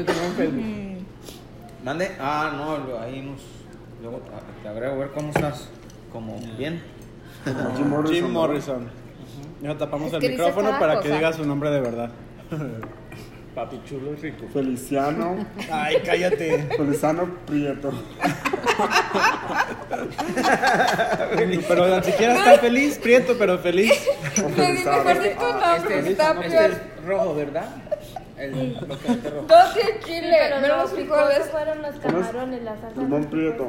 Speaker 4: Mande, ah, no, lo- ahí nos, luego te- te agrego a ver cómo estás, como bien.
Speaker 5: como Jim Morrison.
Speaker 2: Jim
Speaker 5: ¿no?
Speaker 2: Morrison. Ya tapamos
Speaker 3: Es
Speaker 2: el
Speaker 3: que dice
Speaker 2: micrófono
Speaker 3: cada
Speaker 2: para que
Speaker 3: cosa.
Speaker 2: diga su nombre de verdad.
Speaker 7: Papi chulo y rico.
Speaker 5: Feliciano.
Speaker 2: Ay, cállate.
Speaker 5: Feliciano Prieto.
Speaker 2: Pero ni siquiera está feliz, Prieto, pero feliz.
Speaker 5: O
Speaker 3: Me dice,
Speaker 5: Felizardo.
Speaker 3: perdí tu nombre, está
Speaker 7: Ah, Este
Speaker 3: peor.
Speaker 7: es rojo, ¿verdad? El bastante rojo.
Speaker 3: Dos de
Speaker 10: Sí,
Speaker 3: chile,
Speaker 10: pero
Speaker 3: ve
Speaker 10: lo
Speaker 3: los
Speaker 10: picoso
Speaker 3: frijoles.
Speaker 10: fueron los camarones, la salsa.
Speaker 5: Limón Prieto.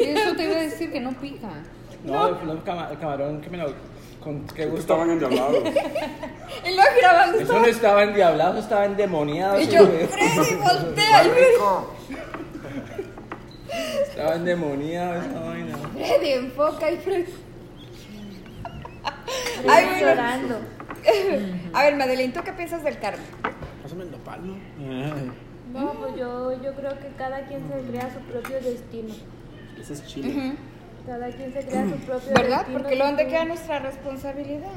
Speaker 1: Y eso te iba a decir que no pica.
Speaker 7: No, el, el cama- el camarón que me lo. Con qué
Speaker 5: Creo que
Speaker 7: gusto.
Speaker 5: Estaban endiablados.
Speaker 3: Y luego grabando
Speaker 7: Eso no estaba endiablado, eso estaba endemoniado.
Speaker 3: Y
Speaker 7: sí,
Speaker 3: yo,
Speaker 7: güey.
Speaker 3: Freddy, voltea. y me-
Speaker 7: Estaba endemoniado esa vaina.
Speaker 3: Freddy, enfoca y Freddy.
Speaker 10: Yo
Speaker 3: Ay,
Speaker 10: estoy
Speaker 3: bueno.
Speaker 10: llorando.
Speaker 3: A ver, Madeleine, ¿tú qué piensas del karma?
Speaker 2: Pásame el nopal, ¿no?
Speaker 10: No, pues yo, yo creo que cada quien se crea su propio destino.
Speaker 5: Ese es chile.
Speaker 10: Cada quien se crea su propio
Speaker 3: Mm. ¿Verdad?
Speaker 10: destino.
Speaker 3: Porque lo donde
Speaker 10: su-
Speaker 3: queda nuestra responsabilidad.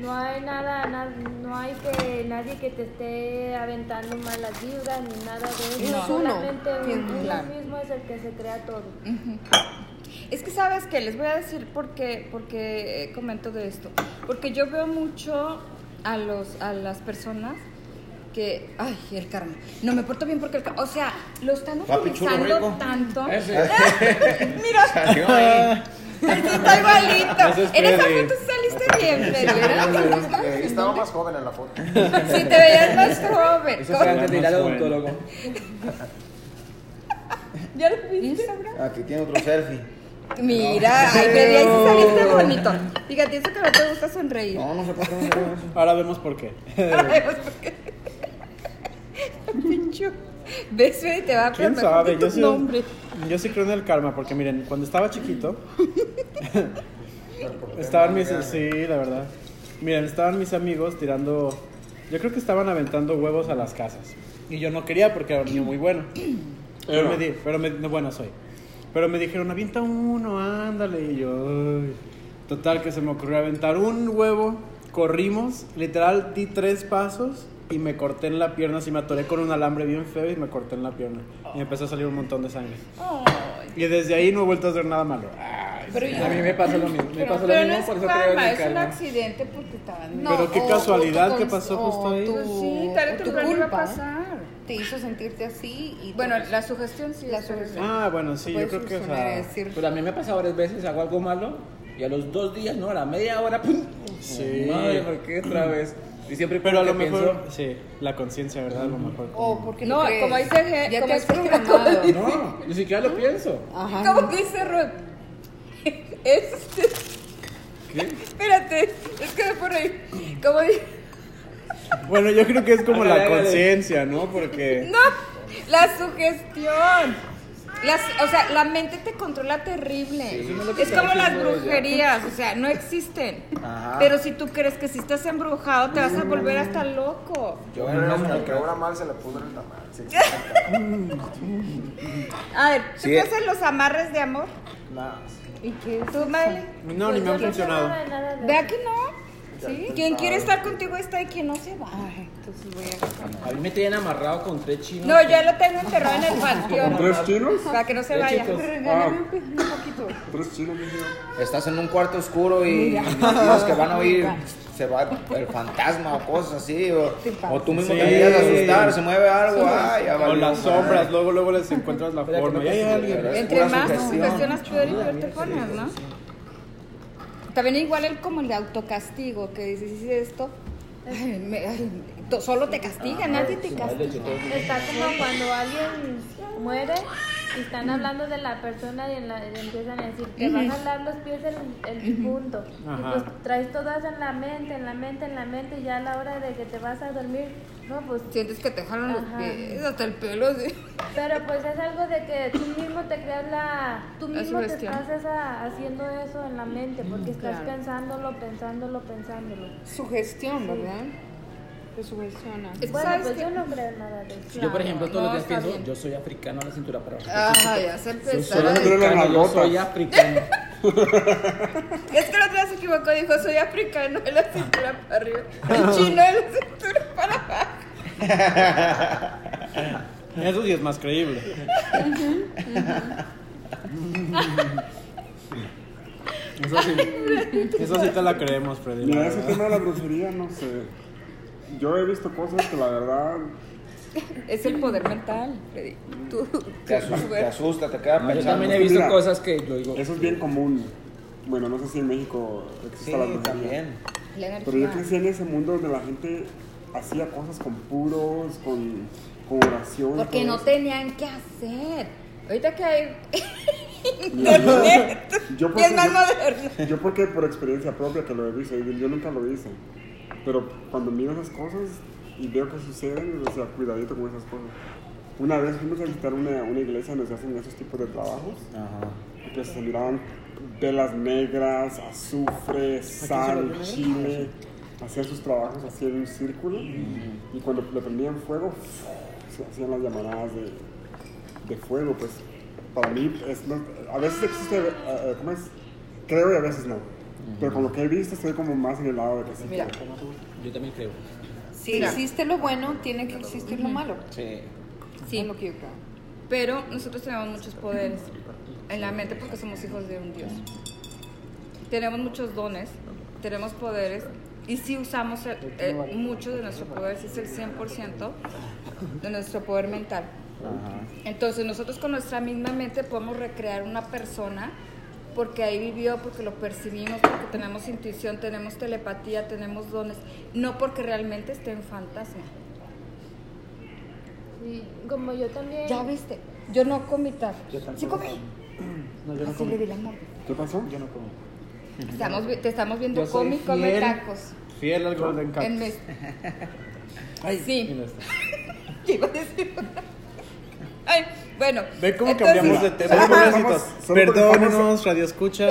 Speaker 10: No hay nada, na- no hay que nadie que te esté aventando malas vibras ni nada de eso.
Speaker 3: Es uno,
Speaker 10: Solamente
Speaker 3: quien-
Speaker 10: uno
Speaker 3: claro.
Speaker 10: mismo es el que se crea todo.
Speaker 3: Es que sabes que les voy a decir por qué, por qué, eh, comento de esto. Porque yo veo mucho a, los, a las personas que, ay, el karma, no me porto bien porque el karma, o sea, lo están
Speaker 4: Papi chulo
Speaker 3: utilizando
Speaker 4: rico.
Speaker 3: tanto.
Speaker 7: Ese.
Speaker 3: Mira,
Speaker 4: Salió ahí.
Speaker 3: está
Speaker 2: Ese es
Speaker 3: igualito. En esa
Speaker 2: Freddy.
Speaker 3: foto saliste bien, Freddy, ¿verdad?
Speaker 8: Eh, estaba más joven en la foto.
Speaker 3: Si te veías más joven.
Speaker 7: Eso fue
Speaker 3: ¿Cómo?
Speaker 7: antes de ir al odontólogo.
Speaker 3: ¿Ya lo viste?
Speaker 4: Ah, Aquí tiene otro selfie.
Speaker 3: Mira, ay, Freddy, ahí sí saliste bonito. Fíjate, eso que no te gusta sonreír.
Speaker 4: No, no sé por qué no se ve eso.
Speaker 2: Ahora vemos por qué.
Speaker 3: Pincho. ¿Ves, Freddy? Te va a
Speaker 2: ¿Quién
Speaker 3: me
Speaker 2: sabe?
Speaker 3: acuerdo
Speaker 2: Yo
Speaker 3: tu
Speaker 2: sí,
Speaker 3: nombre.
Speaker 2: yo sí creo en el karma, porque miren, cuando estaba chiquito, estaban mis... Sí, la verdad. Miren, estaban mis amigos tirando... Yo creo que estaban aventando huevos a las casas. Y yo no quería porque era un niño muy bueno. Pero me di, pero me, no, bueno soy. Pero me dijeron, avienta uno, ándale. Y yo, "Ay". total, que se me ocurrió aventar un huevo. Corrimos, literal, di tres pasos y me corté en la pierna. Así me atoré con un alambre bien feo y me corté en la pierna. Y me empezó a salir un montón de sangre. Y desde ahí no he vuelto a hacer nada malo. Ay,
Speaker 1: Pero yo-
Speaker 7: A mí me pasa lo mismo, me
Speaker 1: Pero,
Speaker 7: pasa lo
Speaker 1: pero no
Speaker 7: mismo,
Speaker 1: es
Speaker 7: por eso traigo
Speaker 1: fama,
Speaker 7: mi
Speaker 1: es un
Speaker 7: calma.
Speaker 1: accidente porque estaban.
Speaker 2: No, Pero qué
Speaker 1: o-
Speaker 2: casualidad
Speaker 1: o
Speaker 2: que
Speaker 1: tu
Speaker 2: pasó
Speaker 1: cons-
Speaker 2: justo ahí.
Speaker 1: o
Speaker 2: Pues
Speaker 1: tu-
Speaker 3: sí, tarde o
Speaker 1: o tu
Speaker 3: temprano iba a
Speaker 1: culpa
Speaker 3: pasar.
Speaker 1: Te hizo sentirte así y.
Speaker 3: Bueno,
Speaker 1: pues,
Speaker 3: la sugestión sí.
Speaker 1: la
Speaker 3: es-
Speaker 1: solución.
Speaker 2: Ah, bueno, sí, yo
Speaker 1: Puedes
Speaker 2: creo que, o
Speaker 1: solucionar,
Speaker 2: sea, mm,
Speaker 1: es decir,
Speaker 7: Pero a mí me pasa varias veces, hago algo malo y a los dos días, no, a la media hora, ¡pum! Oh,
Speaker 2: Sí.
Speaker 7: Madre, ¿por qué otra vez? Y siempre
Speaker 2: Pero a
Speaker 7: como
Speaker 2: lo
Speaker 7: que
Speaker 2: mejor, sí, la conciencia, ¿verdad? A lo mejor.
Speaker 1: O porque
Speaker 3: No,
Speaker 1: "Oh, lo crees.
Speaker 3: como dice Je-
Speaker 1: ya
Speaker 3: como
Speaker 1: te has
Speaker 3: dice-
Speaker 1: programado.
Speaker 7: pienso, No, ni siquiera lo pienso.
Speaker 1: Ajá.
Speaker 3: ¿Cómo que dice Ruth? Es.
Speaker 7: ¿Qué?
Speaker 3: Espérate, es que me por ahí. Como dice.
Speaker 2: Bueno, yo creo que es como
Speaker 7: Hágale,
Speaker 2: la
Speaker 7: hágale.
Speaker 2: conciencia, ¿no? Porque.
Speaker 3: No, la sugestión. Las- o sea, la mente te controla terrible.
Speaker 7: eso es lo que
Speaker 3: es
Speaker 7: está
Speaker 3: como las
Speaker 7: diciendo ella.
Speaker 3: brujerías, o sea, no existen.
Speaker 4: Ajá.
Speaker 3: Pero si tú crees que si estás embrujado, te vas a volver hasta
Speaker 7: Mm.
Speaker 3: loco.
Speaker 8: Yo creo que al que obra mal se le pudre el tamal. Sí,
Speaker 3: A ver, ¿tú
Speaker 4: Sí.
Speaker 3: crees en los amarres de amor?
Speaker 8: nada.
Speaker 1: ¿Y qué es?
Speaker 3: ¿Tú, Madeline?
Speaker 2: No, ni me han funcionado.
Speaker 10: nada de-
Speaker 3: Vea que no. ¿Sí? Quien quiere estar contigo está y quien no se va.
Speaker 1: Ay, entonces voy a.
Speaker 7: A mí me tienen amarrado con tres chinos.
Speaker 3: No, yo lo tengo enterrado en el panteón.
Speaker 5: ¿Tres chinos?
Speaker 3: Para que no se vaya.
Speaker 1: Regálame un pe- un poquito.
Speaker 5: ¿Tres chinos? mijo?
Speaker 4: Estás en un cuarto oscuro y los que van a oír se va el fantasma o cosas así. O, o tú mismo
Speaker 2: Sí.
Speaker 4: te empiezas a asustar, se mueve algo. ay, ya
Speaker 2: O
Speaker 4: valió,
Speaker 2: las
Speaker 4: madre.
Speaker 2: sombras, luego, luego les encuentras la forma. Y hay alguien.
Speaker 4: Pero es
Speaker 3: Entre
Speaker 4: pura
Speaker 3: más
Speaker 4: sugestión.
Speaker 3: cuestionas peor y peor te pones, ¿no? También igual el como el de autocastigo, que dices, hice esto, ay, me- ay, to- solo te castiga, nadie te castiga.
Speaker 10: Está como cuando alguien muere y están hablando de la persona y, en la- y empiezan a decir que van a jalar los pies el, el difunto. Y
Speaker 2: Ajá.
Speaker 10: pues traes todo eso en la mente, en la mente, en la mente y ya a la hora de que te vas a dormir, no, pues...
Speaker 3: Sientes que te jalan los
Speaker 10: Ajá.
Speaker 3: pies, hasta el pelo, sí.
Speaker 10: Pero pues es algo de que tú mismo te creas la... Tú
Speaker 3: La
Speaker 10: mismo te
Speaker 3: sugestión. Mm,
Speaker 10: estás esa- haciendo eso en la mente porque estás
Speaker 1: claro.
Speaker 10: pensándolo, pensándolo, pensándolo.
Speaker 1: Sugestión, ¿verdad? Te sugestiona.
Speaker 3: Es que
Speaker 10: Bueno,
Speaker 3: sabes
Speaker 10: pues
Speaker 3: que...
Speaker 10: yo no creo en nada de eso.
Speaker 7: Yo, por ejemplo, todos
Speaker 3: No,
Speaker 7: los días
Speaker 3: está
Speaker 7: pienso,
Speaker 3: bien.
Speaker 7: yo soy africano a la cintura para abajo.
Speaker 3: Ajá, ya se
Speaker 7: Yo soy
Speaker 3: empezó.
Speaker 5: Solo creo en las
Speaker 7: africano, yo soy
Speaker 5: nalgotas.
Speaker 7: africano.
Speaker 3: Es que el otro día se equivocó, dijo, soy africano de la cintura para arriba, el chino de la cintura para abajo.
Speaker 2: Eso sí es más creíble. Eso sí, eso sí te la creemos, Freddy. la
Speaker 5: Mira, ese
Speaker 2: verdad.
Speaker 5: tema de la brujería, no sé. Yo he visto cosas que la verdad.
Speaker 3: Es el poder mental, Freddy. Tú,
Speaker 4: Te asusta, te, asusta, te queda
Speaker 7: Yo
Speaker 4: pensando.
Speaker 7: también he visto
Speaker 5: Mira.
Speaker 7: cosas que yo digo.
Speaker 5: Eso es bien común. Bueno, no sé si en México existe
Speaker 4: Este, Sí,
Speaker 5: la brujería.
Speaker 4: también.
Speaker 5: Pero yo crecí en ese mundo donde la gente hacía cosas con puros, con, con oración.
Speaker 3: Porque no tenían que hacer. Ahorita que hay
Speaker 5: Internet. Yo
Speaker 3: que es
Speaker 5: porque,
Speaker 3: más
Speaker 5: yo,
Speaker 3: moderno.
Speaker 5: yo porque por experiencia propia que lo he visto, yo, yo nunca lo hice. Pero cuando miro esas cosas y veo que suceden, o sea, cuidadito con esas cosas. Una vez fuimos a visitar una, una iglesia donde se hacen esos tipos de trabajos, que se miraban velas negras, azufre, sal, chile, hacían sus trabajos así en un círculo y cuando le prendían fuego, se hacían las llamaradas de, de fuego, pues para mí es, no- a veces existe, eh, eh, ¿cómo es? Creo y a veces no. Pero como que he visto, estoy como más en el lado de que sí.
Speaker 1: Mira.
Speaker 5: creo.
Speaker 7: Yo también creo.
Speaker 1: Si existe lo bueno, tiene que existir lo malo.
Speaker 4: Sí.
Speaker 1: Es
Speaker 3: Sí,
Speaker 1: lo que yo creo.
Speaker 3: pero nosotros tenemos muchos poderes en la mente porque somos hijos de un Dios. Tenemos muchos dones, tenemos poderes y si usamos el- eh, mucho de nuestro poder, si es el 100% de nuestro poder mental. Entonces nosotros con nuestra misma mente podemos recrear una persona porque ahí vivió, porque lo percibimos, porque tenemos intuición, tenemos telepatía, tenemos dones, no porque realmente esté en fantasma.
Speaker 10: Sí, como yo también...
Speaker 3: Ya viste, yo no comí tarde. Sí comí. Así le di la mano.
Speaker 5: ¿Qué pasó?
Speaker 3: Estamos, vi- te estamos viendo
Speaker 2: Yo soy
Speaker 3: comi, come
Speaker 2: fiel.
Speaker 3: tacos.
Speaker 2: Fiel al Golden Cup.
Speaker 3: En mes. sí,
Speaker 2: Mira esto.
Speaker 3: ¿qué iba a decir? Ay, bueno.
Speaker 2: Ve cómo
Speaker 3: entonces-
Speaker 2: cambiamos de tema.
Speaker 5: Solo porque
Speaker 2: pobrecitos.
Speaker 5: estamos- solo porque
Speaker 2: Perdónenos, radio escucha.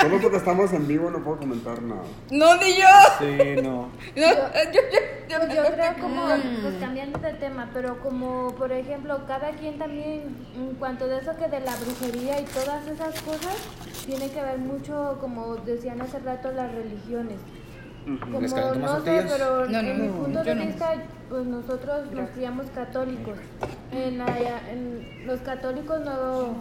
Speaker 5: Solo porque estamos en vivo no puedo comentar nada.
Speaker 3: No, ni yo.
Speaker 2: Sí, no.
Speaker 3: No, eh, yo, yo,
Speaker 10: Pues yo creo como, pues
Speaker 3: Mm.
Speaker 10: cambiando de tema, pero como por ejemplo, cada quien también, en cuanto de eso que de la brujería y todas esas cosas, tiene que ver mucho, como decían hace rato, las religiones. Como,
Speaker 4: ¿Les calentó más
Speaker 10: no sé,
Speaker 4: tortillas?
Speaker 10: pero
Speaker 3: No, no,
Speaker 10: en mi
Speaker 3: no,
Speaker 10: punto
Speaker 3: yo
Speaker 10: de
Speaker 3: no.
Speaker 10: vista, pues nosotros nos criamos católicos. En la- en los católicos no,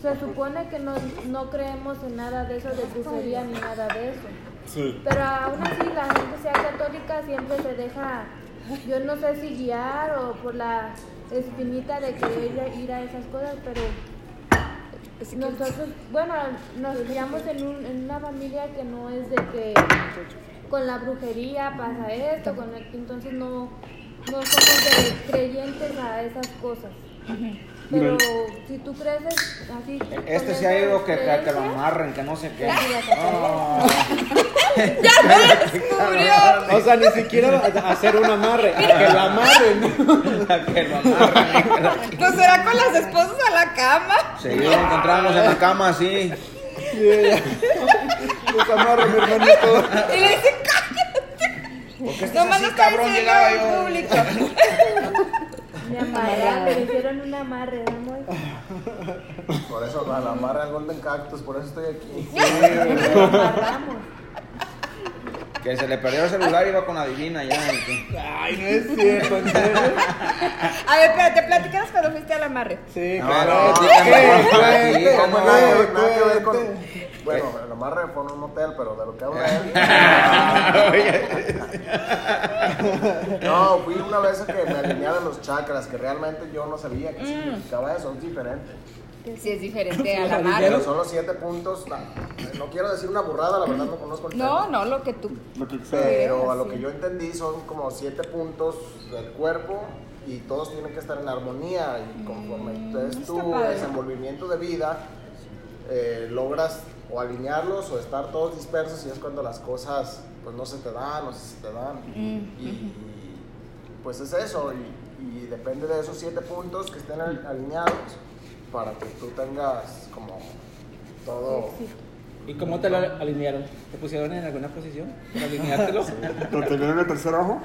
Speaker 10: Se supone que no, no creemos en nada de eso, de brujería ni nada de eso.
Speaker 5: Sí.
Speaker 10: Pero aún así la gente sea católica siempre se deja, yo no sé si guiar o por la espinita de querer ir a- ir a esas cosas, pero nosotros, bueno, nos criamos en, un- en una familia que no es de que con la brujería pasa esto, con el- entonces no, no somos de creyentes a esas cosas. Pero si tú creces así...
Speaker 4: Este
Speaker 10: con
Speaker 4: sí ha ido
Speaker 10: esas
Speaker 4: que, que, que lo Ah.
Speaker 10: creencias,
Speaker 4: amarren, que no sé qué.
Speaker 2: O sea, ni siquiera hacer un amarre, a que la amarren.
Speaker 4: que lo amarren.
Speaker 3: Pues será con las esposas a la cama.
Speaker 4: Seguido lo encontramos en la cama así.
Speaker 2: Los amarren, mi hermanito.
Speaker 3: Y le dicen, cállate. Nomás lo está
Speaker 4: cabrón
Speaker 3: diciendo
Speaker 4: llegaba
Speaker 3: en
Speaker 4: yo.
Speaker 3: público.
Speaker 10: Me amarraron, me hicieron un amarre, ¿no, amor?
Speaker 8: Por eso a la amarra al Golden Cactus, por eso estoy aquí.
Speaker 10: Me amarramos.
Speaker 4: Que se le perdió el celular y iba con la divina ya. y que-
Speaker 2: Ay, no es cierto, ¿en serio?
Speaker 3: A ver, espérate, platicas cuando fuiste al amarre.
Speaker 2: Sí,
Speaker 4: No,
Speaker 2: claro.
Speaker 4: no,
Speaker 2: Sí,
Speaker 4: dígame,
Speaker 2: sí,
Speaker 4: cuente,
Speaker 2: sí,
Speaker 4: ¿cómo no?
Speaker 2: cómo no,
Speaker 8: Nada que ver con-
Speaker 2: cuente.
Speaker 8: Bueno, el amarre fue en un hotel, pero de lo que habla él. No, fui una vez a que me alinearon los chakras, que realmente yo no sabía
Speaker 10: Mm.
Speaker 8: qué significaba eso, es diferente.
Speaker 3: Si es diferente al
Speaker 8: Pero
Speaker 3: amarre.
Speaker 8: son los siete puntos. No, no quiero decir una burrada, la verdad no conozco el tema.
Speaker 3: No, no, lo que tú.
Speaker 5: Lo que sea.
Speaker 8: Pero a lo
Speaker 3: Sí.
Speaker 8: que yo entendí son como siete puntos del cuerpo y todos tienen que estar en armonía y
Speaker 10: Mm,
Speaker 8: conforme entonces
Speaker 3: está
Speaker 8: tu
Speaker 3: padre.
Speaker 8: desenvolvimiento de vida eh, logras o alinearlos o estar todos dispersos y es cuando las cosas pues no se te dan, no se te dan y, pues es eso y, y depende de esos siete puntos que estén al- alineados para que tú tengas como todo
Speaker 9: ¿Y cómo te lo alinearon? ¿Te pusieron en alguna posición para alineártelo?
Speaker 5: ¿Lo te vieron el tercer ojo?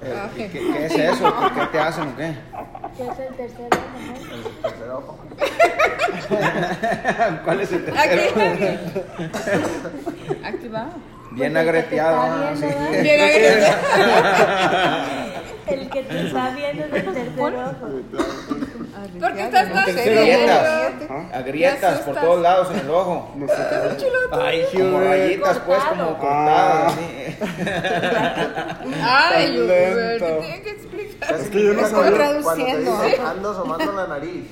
Speaker 4: Eh, ¿y ¿Qué, qué es eso? ¿Por ¿Qué te hacen o qué?
Speaker 10: ¿Qué es el tercero, amor?
Speaker 8: el tercer ojo.
Speaker 4: ¿Cuál es el
Speaker 3: Pues Aquí. Activado.
Speaker 4: Bien
Speaker 10: Pues el que te
Speaker 4: agreteado.
Speaker 10: está
Speaker 4: ah, sí.
Speaker 10: viendo, ¿verdad?
Speaker 3: Llega que-
Speaker 10: El que te está viendo es el tercer ojo.
Speaker 3: ¿Por qué estás tan serio?
Speaker 4: Grietas.
Speaker 5: ¿Ah?
Speaker 4: A grietas por
Speaker 3: asustas.
Speaker 4: todos lados en el ojo.
Speaker 5: No sé.
Speaker 4: Ay, como rayitas, pues, como cortadas. así.
Speaker 3: Ay, yo,
Speaker 2: Talento.
Speaker 3: te tienen que explicar.
Speaker 5: Es que yo no sabía.
Speaker 8: Cuando te
Speaker 1: traduciendo.
Speaker 8: dicen ando asomando la nariz.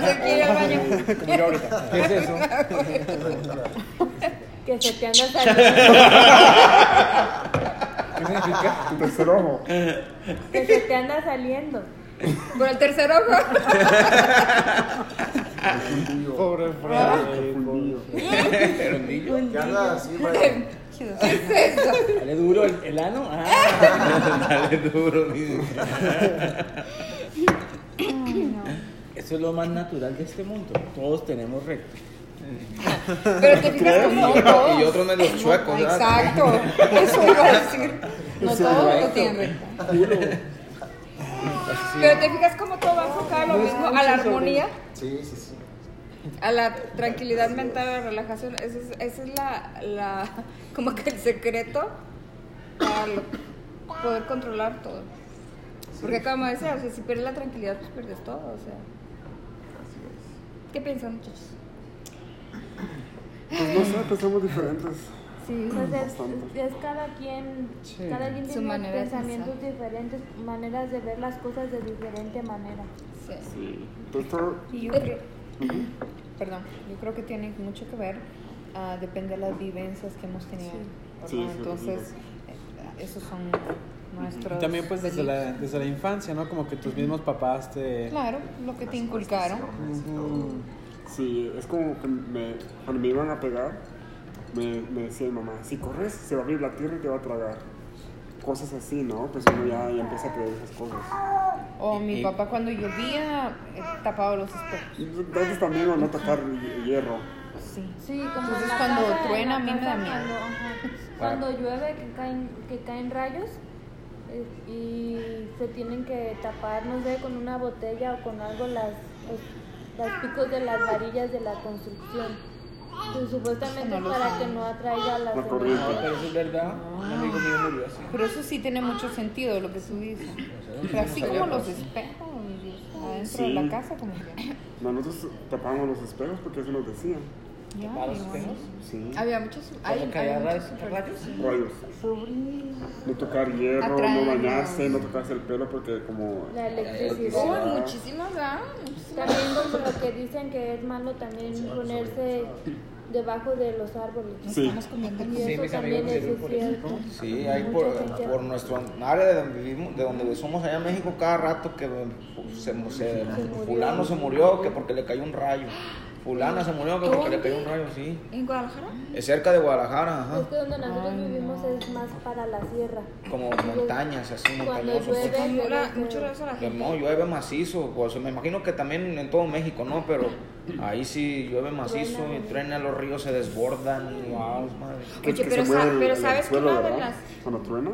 Speaker 3: Pues aquí ir al baño.
Speaker 2: Como yo ahorita.
Speaker 9: ¿Qué es eso?
Speaker 10: Que se te anda saliendo,
Speaker 9: ¿Qué significa?
Speaker 5: Tu tercer ojo.
Speaker 10: que se te anda saliendo.
Speaker 3: Por el tercer ojo.
Speaker 2: Pobre
Speaker 3: Ah.
Speaker 2: Freddy.
Speaker 8: Que anda así, güey.
Speaker 9: ¿Dale duro el, el ano? Ah,
Speaker 4: Dale duro, dice.
Speaker 9: eso es lo más natural de este mundo. Todos tenemos recto.
Speaker 3: Pero te fijas como no todos.
Speaker 4: Y otro no es los chuecos, ¿verdad?
Speaker 3: Exacto. Eso iba a decir. No todos lo tienen recto. Pero te fijas como todo va enfocado a lo mismo, a la armonía,
Speaker 8: Sí, sí, sí.
Speaker 3: a la tranquilidad mental, a la relajación. Ese es, ese es la, la, como que el secreto para lo- poder controlar todo. Porque como decía, o sea, si pierdes la tranquilidad, pues pierdes todo, o sea. ¿Qué piensan, muchachos?
Speaker 5: Pues no sé, pensamos diferentes.
Speaker 10: Sí, pues es,
Speaker 5: bastante.
Speaker 10: es cada quien, cada quien
Speaker 3: Su
Speaker 10: tiene
Speaker 3: manera de
Speaker 10: pensamientos diferentes, maneras de ver las cosas de diferente manera.
Speaker 3: Sí.
Speaker 5: Entonces, todo-
Speaker 1: Y yo creo, perdón, yo creo que tiene mucho que ver, ah, depende de las vivencias que hemos tenido. ¿verdad?
Speaker 5: Sí, sí,
Speaker 1: Entonces,
Speaker 5: sí.
Speaker 1: eh, esos son nuestros...
Speaker 2: Y También pues desde la, desde la infancia, ¿no? Como que tus mismos papás te...
Speaker 1: Claro, lo que te inculcaron.
Speaker 5: Sí, es como que me, cuando me iban a pegar, me, me decía mi mamá, si corres se va a abrir la tierra y te va a tragar. Cosas así, ¿no? Pues uno ya, ya empieza a creer esas cosas.
Speaker 1: O mi
Speaker 4: Y-
Speaker 1: papá cuando llovía eh, tapaba los espejos.
Speaker 5: Y entonces también o no tocar hi- hierro.
Speaker 1: Sí.
Speaker 10: Sí, como
Speaker 1: Entonces,
Speaker 10: en la
Speaker 1: cuando
Speaker 10: casa, en
Speaker 1: truena,
Speaker 10: la
Speaker 1: a mí me da
Speaker 10: casa,
Speaker 1: miedo.
Speaker 10: Cuando, ajá, cuando llueve, que caen, que caen rayos eh, y se tienen que tapar, no sé, con una botella o con algo las, los, los picos de las varillas de la construcción. Entonces, supuestamente para que no atraiga las
Speaker 5: La corriente.
Speaker 9: No, pero eso es verdad. Un amigo mío murió así.
Speaker 1: Pero eso sí tiene mucho sentido lo que tú dices. Así como los espejos adentro de la casa, como que.
Speaker 5: Nosotros tapábamos los espejos porque eso nos decían.
Speaker 1: Ya,
Speaker 9: ¿Para los
Speaker 1: igual.
Speaker 9: espejos?
Speaker 5: Sí.
Speaker 1: Había muchos. Hay,
Speaker 9: que había
Speaker 1: hay muchos
Speaker 9: rayos-
Speaker 1: super-
Speaker 9: rayos.
Speaker 5: Rayos. No tocar hierro,
Speaker 1: Atraen
Speaker 5: no bañarse,
Speaker 1: los-
Speaker 5: no tocarse el pelo porque como...
Speaker 10: La
Speaker 1: Uy,
Speaker 10: electricidad.
Speaker 1: muchísimas, ¿verdad?
Speaker 10: También como lo que dicen que es malo también ponerse debajo de los árboles.
Speaker 5: Sí.
Speaker 10: Y eso también es cierto.
Speaker 4: Sí, hay por, por nuestro área de donde vivimos, de donde somos allá en México, cada rato que se, se-
Speaker 10: murió.
Speaker 4: fulano se murió que porque le cayó un rayo. Fulana se murió que porque le cayó un rayo, sí.
Speaker 3: ¿En Guadalajara?
Speaker 4: Es cerca de Guadalajara,
Speaker 10: Es
Speaker 4: ajá.
Speaker 10: que donde nosotros vivimos es más para la sierra.
Speaker 4: Como montañas, así
Speaker 10: Cuando
Speaker 4: montañosos.
Speaker 10: llueve,
Speaker 3: Con
Speaker 10: se
Speaker 3: la-
Speaker 10: ve
Speaker 3: mucho
Speaker 10: feo.
Speaker 3: rayo a la gente.
Speaker 4: No, llueve macizo, pues me imagino que también en todo México, ¿no? Pero ahí sí llueve macizo y truena, los ríos se desbordan, y wow, madre.
Speaker 5: que
Speaker 3: Oye,
Speaker 5: se
Speaker 3: pero,
Speaker 5: mueve
Speaker 3: sa-
Speaker 5: el-
Speaker 3: pero
Speaker 5: el
Speaker 3: ¿sabes qué?
Speaker 5: suelo,
Speaker 3: Una de
Speaker 5: ¿verdad?
Speaker 3: las...
Speaker 5: Cuando truena,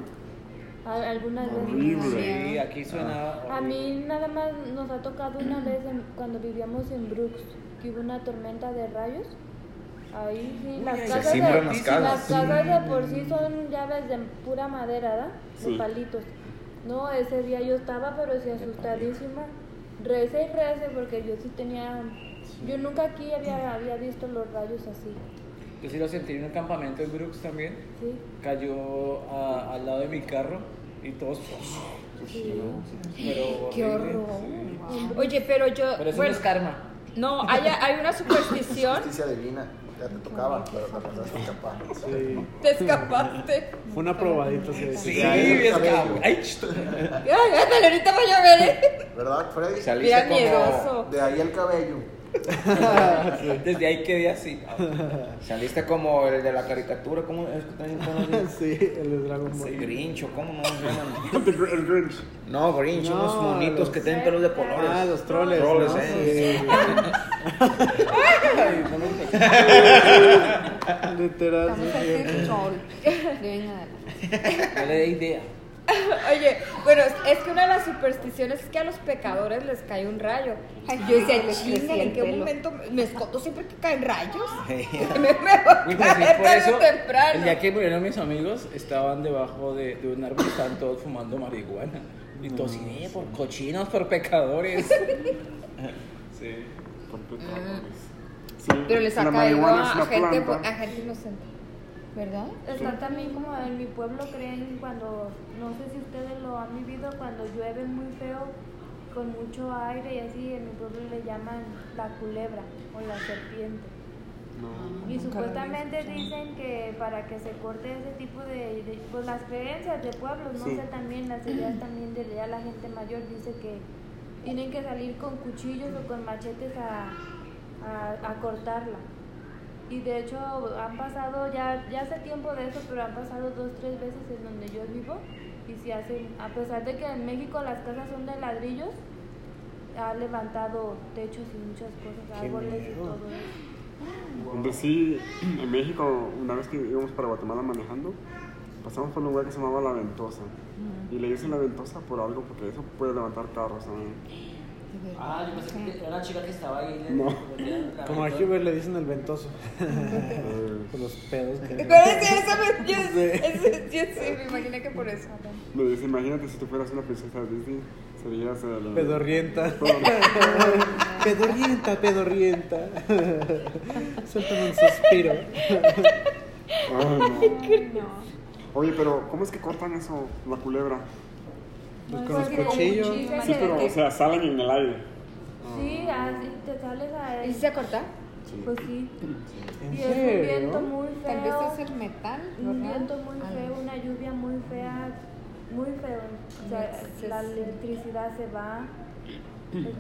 Speaker 10: A- Algunas veces.
Speaker 5: horrible.
Speaker 9: Sí, aquí suena.
Speaker 2: Ah.
Speaker 10: A mí nada más nos ha tocado una vez en- cuando vivíamos en Brooks, que hubo una tormenta de rayos. Ahí sí, las
Speaker 4: Se
Speaker 10: casas, de,
Speaker 4: siembran las
Speaker 10: sí,
Speaker 4: casas.
Speaker 10: las casas de por sí son llaves de pura madera, ¿verdad? De
Speaker 5: Sí.
Speaker 10: palitos. No, ese día yo estaba, pero sí asustadísima. Recé y recé porque yo sí tenía... Yo nunca aquí había, había visto los rayos así,
Speaker 9: Yo sí lo sentí en un campamento en Brooks también.
Speaker 10: ¿sí?
Speaker 9: Cayó a- al lado de mi carro y todos. pues
Speaker 10: sí.
Speaker 9: Pero
Speaker 3: ¡Qué
Speaker 9: horrible.
Speaker 3: horror! Oye, pero yo...
Speaker 9: Pero eso
Speaker 3: bueno,
Speaker 9: no es karma.
Speaker 3: no, hay, hay una superstición.
Speaker 8: Justicia divina. Ya te tocaba, pero te pasaste capaz.
Speaker 2: Sí.
Speaker 3: Te escapaste.
Speaker 2: Fue una probadita, sí.
Speaker 9: Sí,
Speaker 8: ahí
Speaker 9: es
Speaker 8: cabello.
Speaker 9: karma. Ay, ch-
Speaker 3: Ay, ándale, ahorita va a llover, ¿eh?
Speaker 8: ¿Verdad, Freddy?
Speaker 4: Saliste
Speaker 3: Mira,
Speaker 4: como,
Speaker 3: miedoso.
Speaker 8: De ahí el cabello.
Speaker 9: Desde ahí quedé así.
Speaker 4: saliste como el de la caricatura, ¿cómo es que traen todos
Speaker 2: Sí, el de Dragon
Speaker 4: los
Speaker 2: Ball.
Speaker 4: Grincho, ¿cómo no se llaman?
Speaker 5: el gr- el Grinch.
Speaker 4: No, Grinch,
Speaker 2: No,
Speaker 4: unos monitos
Speaker 2: los-
Speaker 4: que tienen pelos de colores.
Speaker 2: Ah, los troles.
Speaker 4: Troles,
Speaker 2: ¿no?
Speaker 4: eh.
Speaker 2: Sí. Literal.
Speaker 1: Vamos a hacer sol. De ahí en adelante.
Speaker 9: No le dé idea.
Speaker 3: Oye, bueno, es- es que una de las supersticiones es que a los pecadores les cae un rayo.
Speaker 1: Ay,
Speaker 3: Yo decía,
Speaker 1: les crecí
Speaker 3: chinga,
Speaker 1: el
Speaker 3: ¿en qué
Speaker 1: pelo".
Speaker 3: momento me- me escoto siempre que caen rayos? me, me
Speaker 9: Güey,
Speaker 3: voy a
Speaker 9: pero pues
Speaker 2: pues
Speaker 9: sí,
Speaker 3: caer
Speaker 9: por
Speaker 3: tarde
Speaker 9: eso,
Speaker 3: o temprano.
Speaker 9: el día que murieron mis amigos, estaban debajo de, de un árbol y estaban todos fumando marihuana. Y todos, "Eh, por cochinos, por pecadores. sí.
Speaker 5: Por pecadores. Sí,
Speaker 1: Pero les
Speaker 5: la
Speaker 1: ha caído
Speaker 5: marihuana
Speaker 1: a
Speaker 5: es una
Speaker 1: gente,
Speaker 3: pues,
Speaker 5: planta.
Speaker 1: a gente inocente. ¿Verdad?
Speaker 10: Está también como en mi pueblo creen cuando, no sé si ustedes lo han vivido, cuando llueve muy feo, con mucho aire y así, en mi pueblo le llaman la culebra o la serpiente. y supuestamente dicen que para que se corte ese tipo de, de- pues las creencias de pueblos, no
Speaker 5: Sí.
Speaker 10: sé también las ideas también de ya la gente mayor dice que tienen que salir con cuchillos o con machetes a, a- a cortarla. Y de hecho han pasado, ya, ya hace tiempo de eso, pero han pasado dos, tres veces en donde yo vivo. Y si hacen, a pesar de que en México las casas son de ladrillos, ha levantado techos y muchas cosas, árboles y todo. eso.
Speaker 5: Donde sí, en México, una vez que íbamos para Guatemala manejando, pasamos por un lugar que se llamaba La Ventosa. Y le dicen La Ventosa por algo, porque eso puede levantar carros también.
Speaker 7: Ah, yo pensé que era una chica que estaba ahí.
Speaker 5: No.
Speaker 2: Como a Hubert le dicen el ventoso.
Speaker 5: Eh,
Speaker 2: Por los pedos que.
Speaker 3: Pero es eso me, yo, eso- yo sí, me imaginé que por eso.
Speaker 5: Me dice, imagínate si tú fueras una princesa de Disney, serías el...
Speaker 2: Pedorrienta. pedorrienta, pedorrienta. Sueltan un suspiro.
Speaker 5: Ay, Ah, no. Oye, pero ¿cómo es que cortan eso, la culebra?
Speaker 2: Pues con los
Speaker 10: Porque
Speaker 2: cuchillos.
Speaker 10: cuchillos
Speaker 5: Sí,
Speaker 10: de-
Speaker 5: pero, o sea, salen en el aire.
Speaker 8: Ah.
Speaker 10: Sí, así te sales a
Speaker 1: ¿Y si se corta?
Speaker 10: Pues sí.
Speaker 2: ¿En
Speaker 10: Y es un
Speaker 2: serio?
Speaker 10: viento muy feo.
Speaker 1: Tal vez es el metal.
Speaker 10: un
Speaker 1: ¿verdad?
Speaker 10: viento muy feo, una lluvia muy fea, muy feo. O sea,
Speaker 1: Sí,
Speaker 10: la
Speaker 1: sí.
Speaker 10: electricidad se va.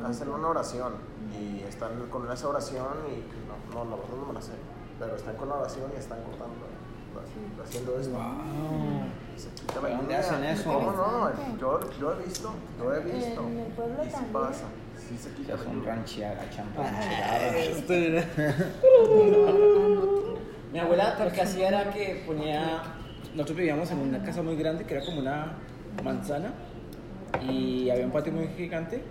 Speaker 8: Hacen una oración y están con esa oración y no, no, la verdad no me la sé. Pero están con la oración y están cortando, haciendo esto. Se quita la
Speaker 4: ¿Dónde
Speaker 8: lluvia.
Speaker 4: hacen eso?
Speaker 8: No, no, yo, yo he visto, yo
Speaker 3: Eh,
Speaker 8: he visto.
Speaker 10: En el pueblo
Speaker 8: y sí
Speaker 10: también.
Speaker 8: pasa, sí se quita
Speaker 4: Ya
Speaker 8: la
Speaker 4: son
Speaker 8: lluvia.
Speaker 4: ranchiadas,
Speaker 8: Ah.
Speaker 4: chanranchiadas.
Speaker 7: Mi abuela lo que hacía era que ponía. Nosotros vivíamos en una casa muy grande que era como una manzana y había un patio muy gigante.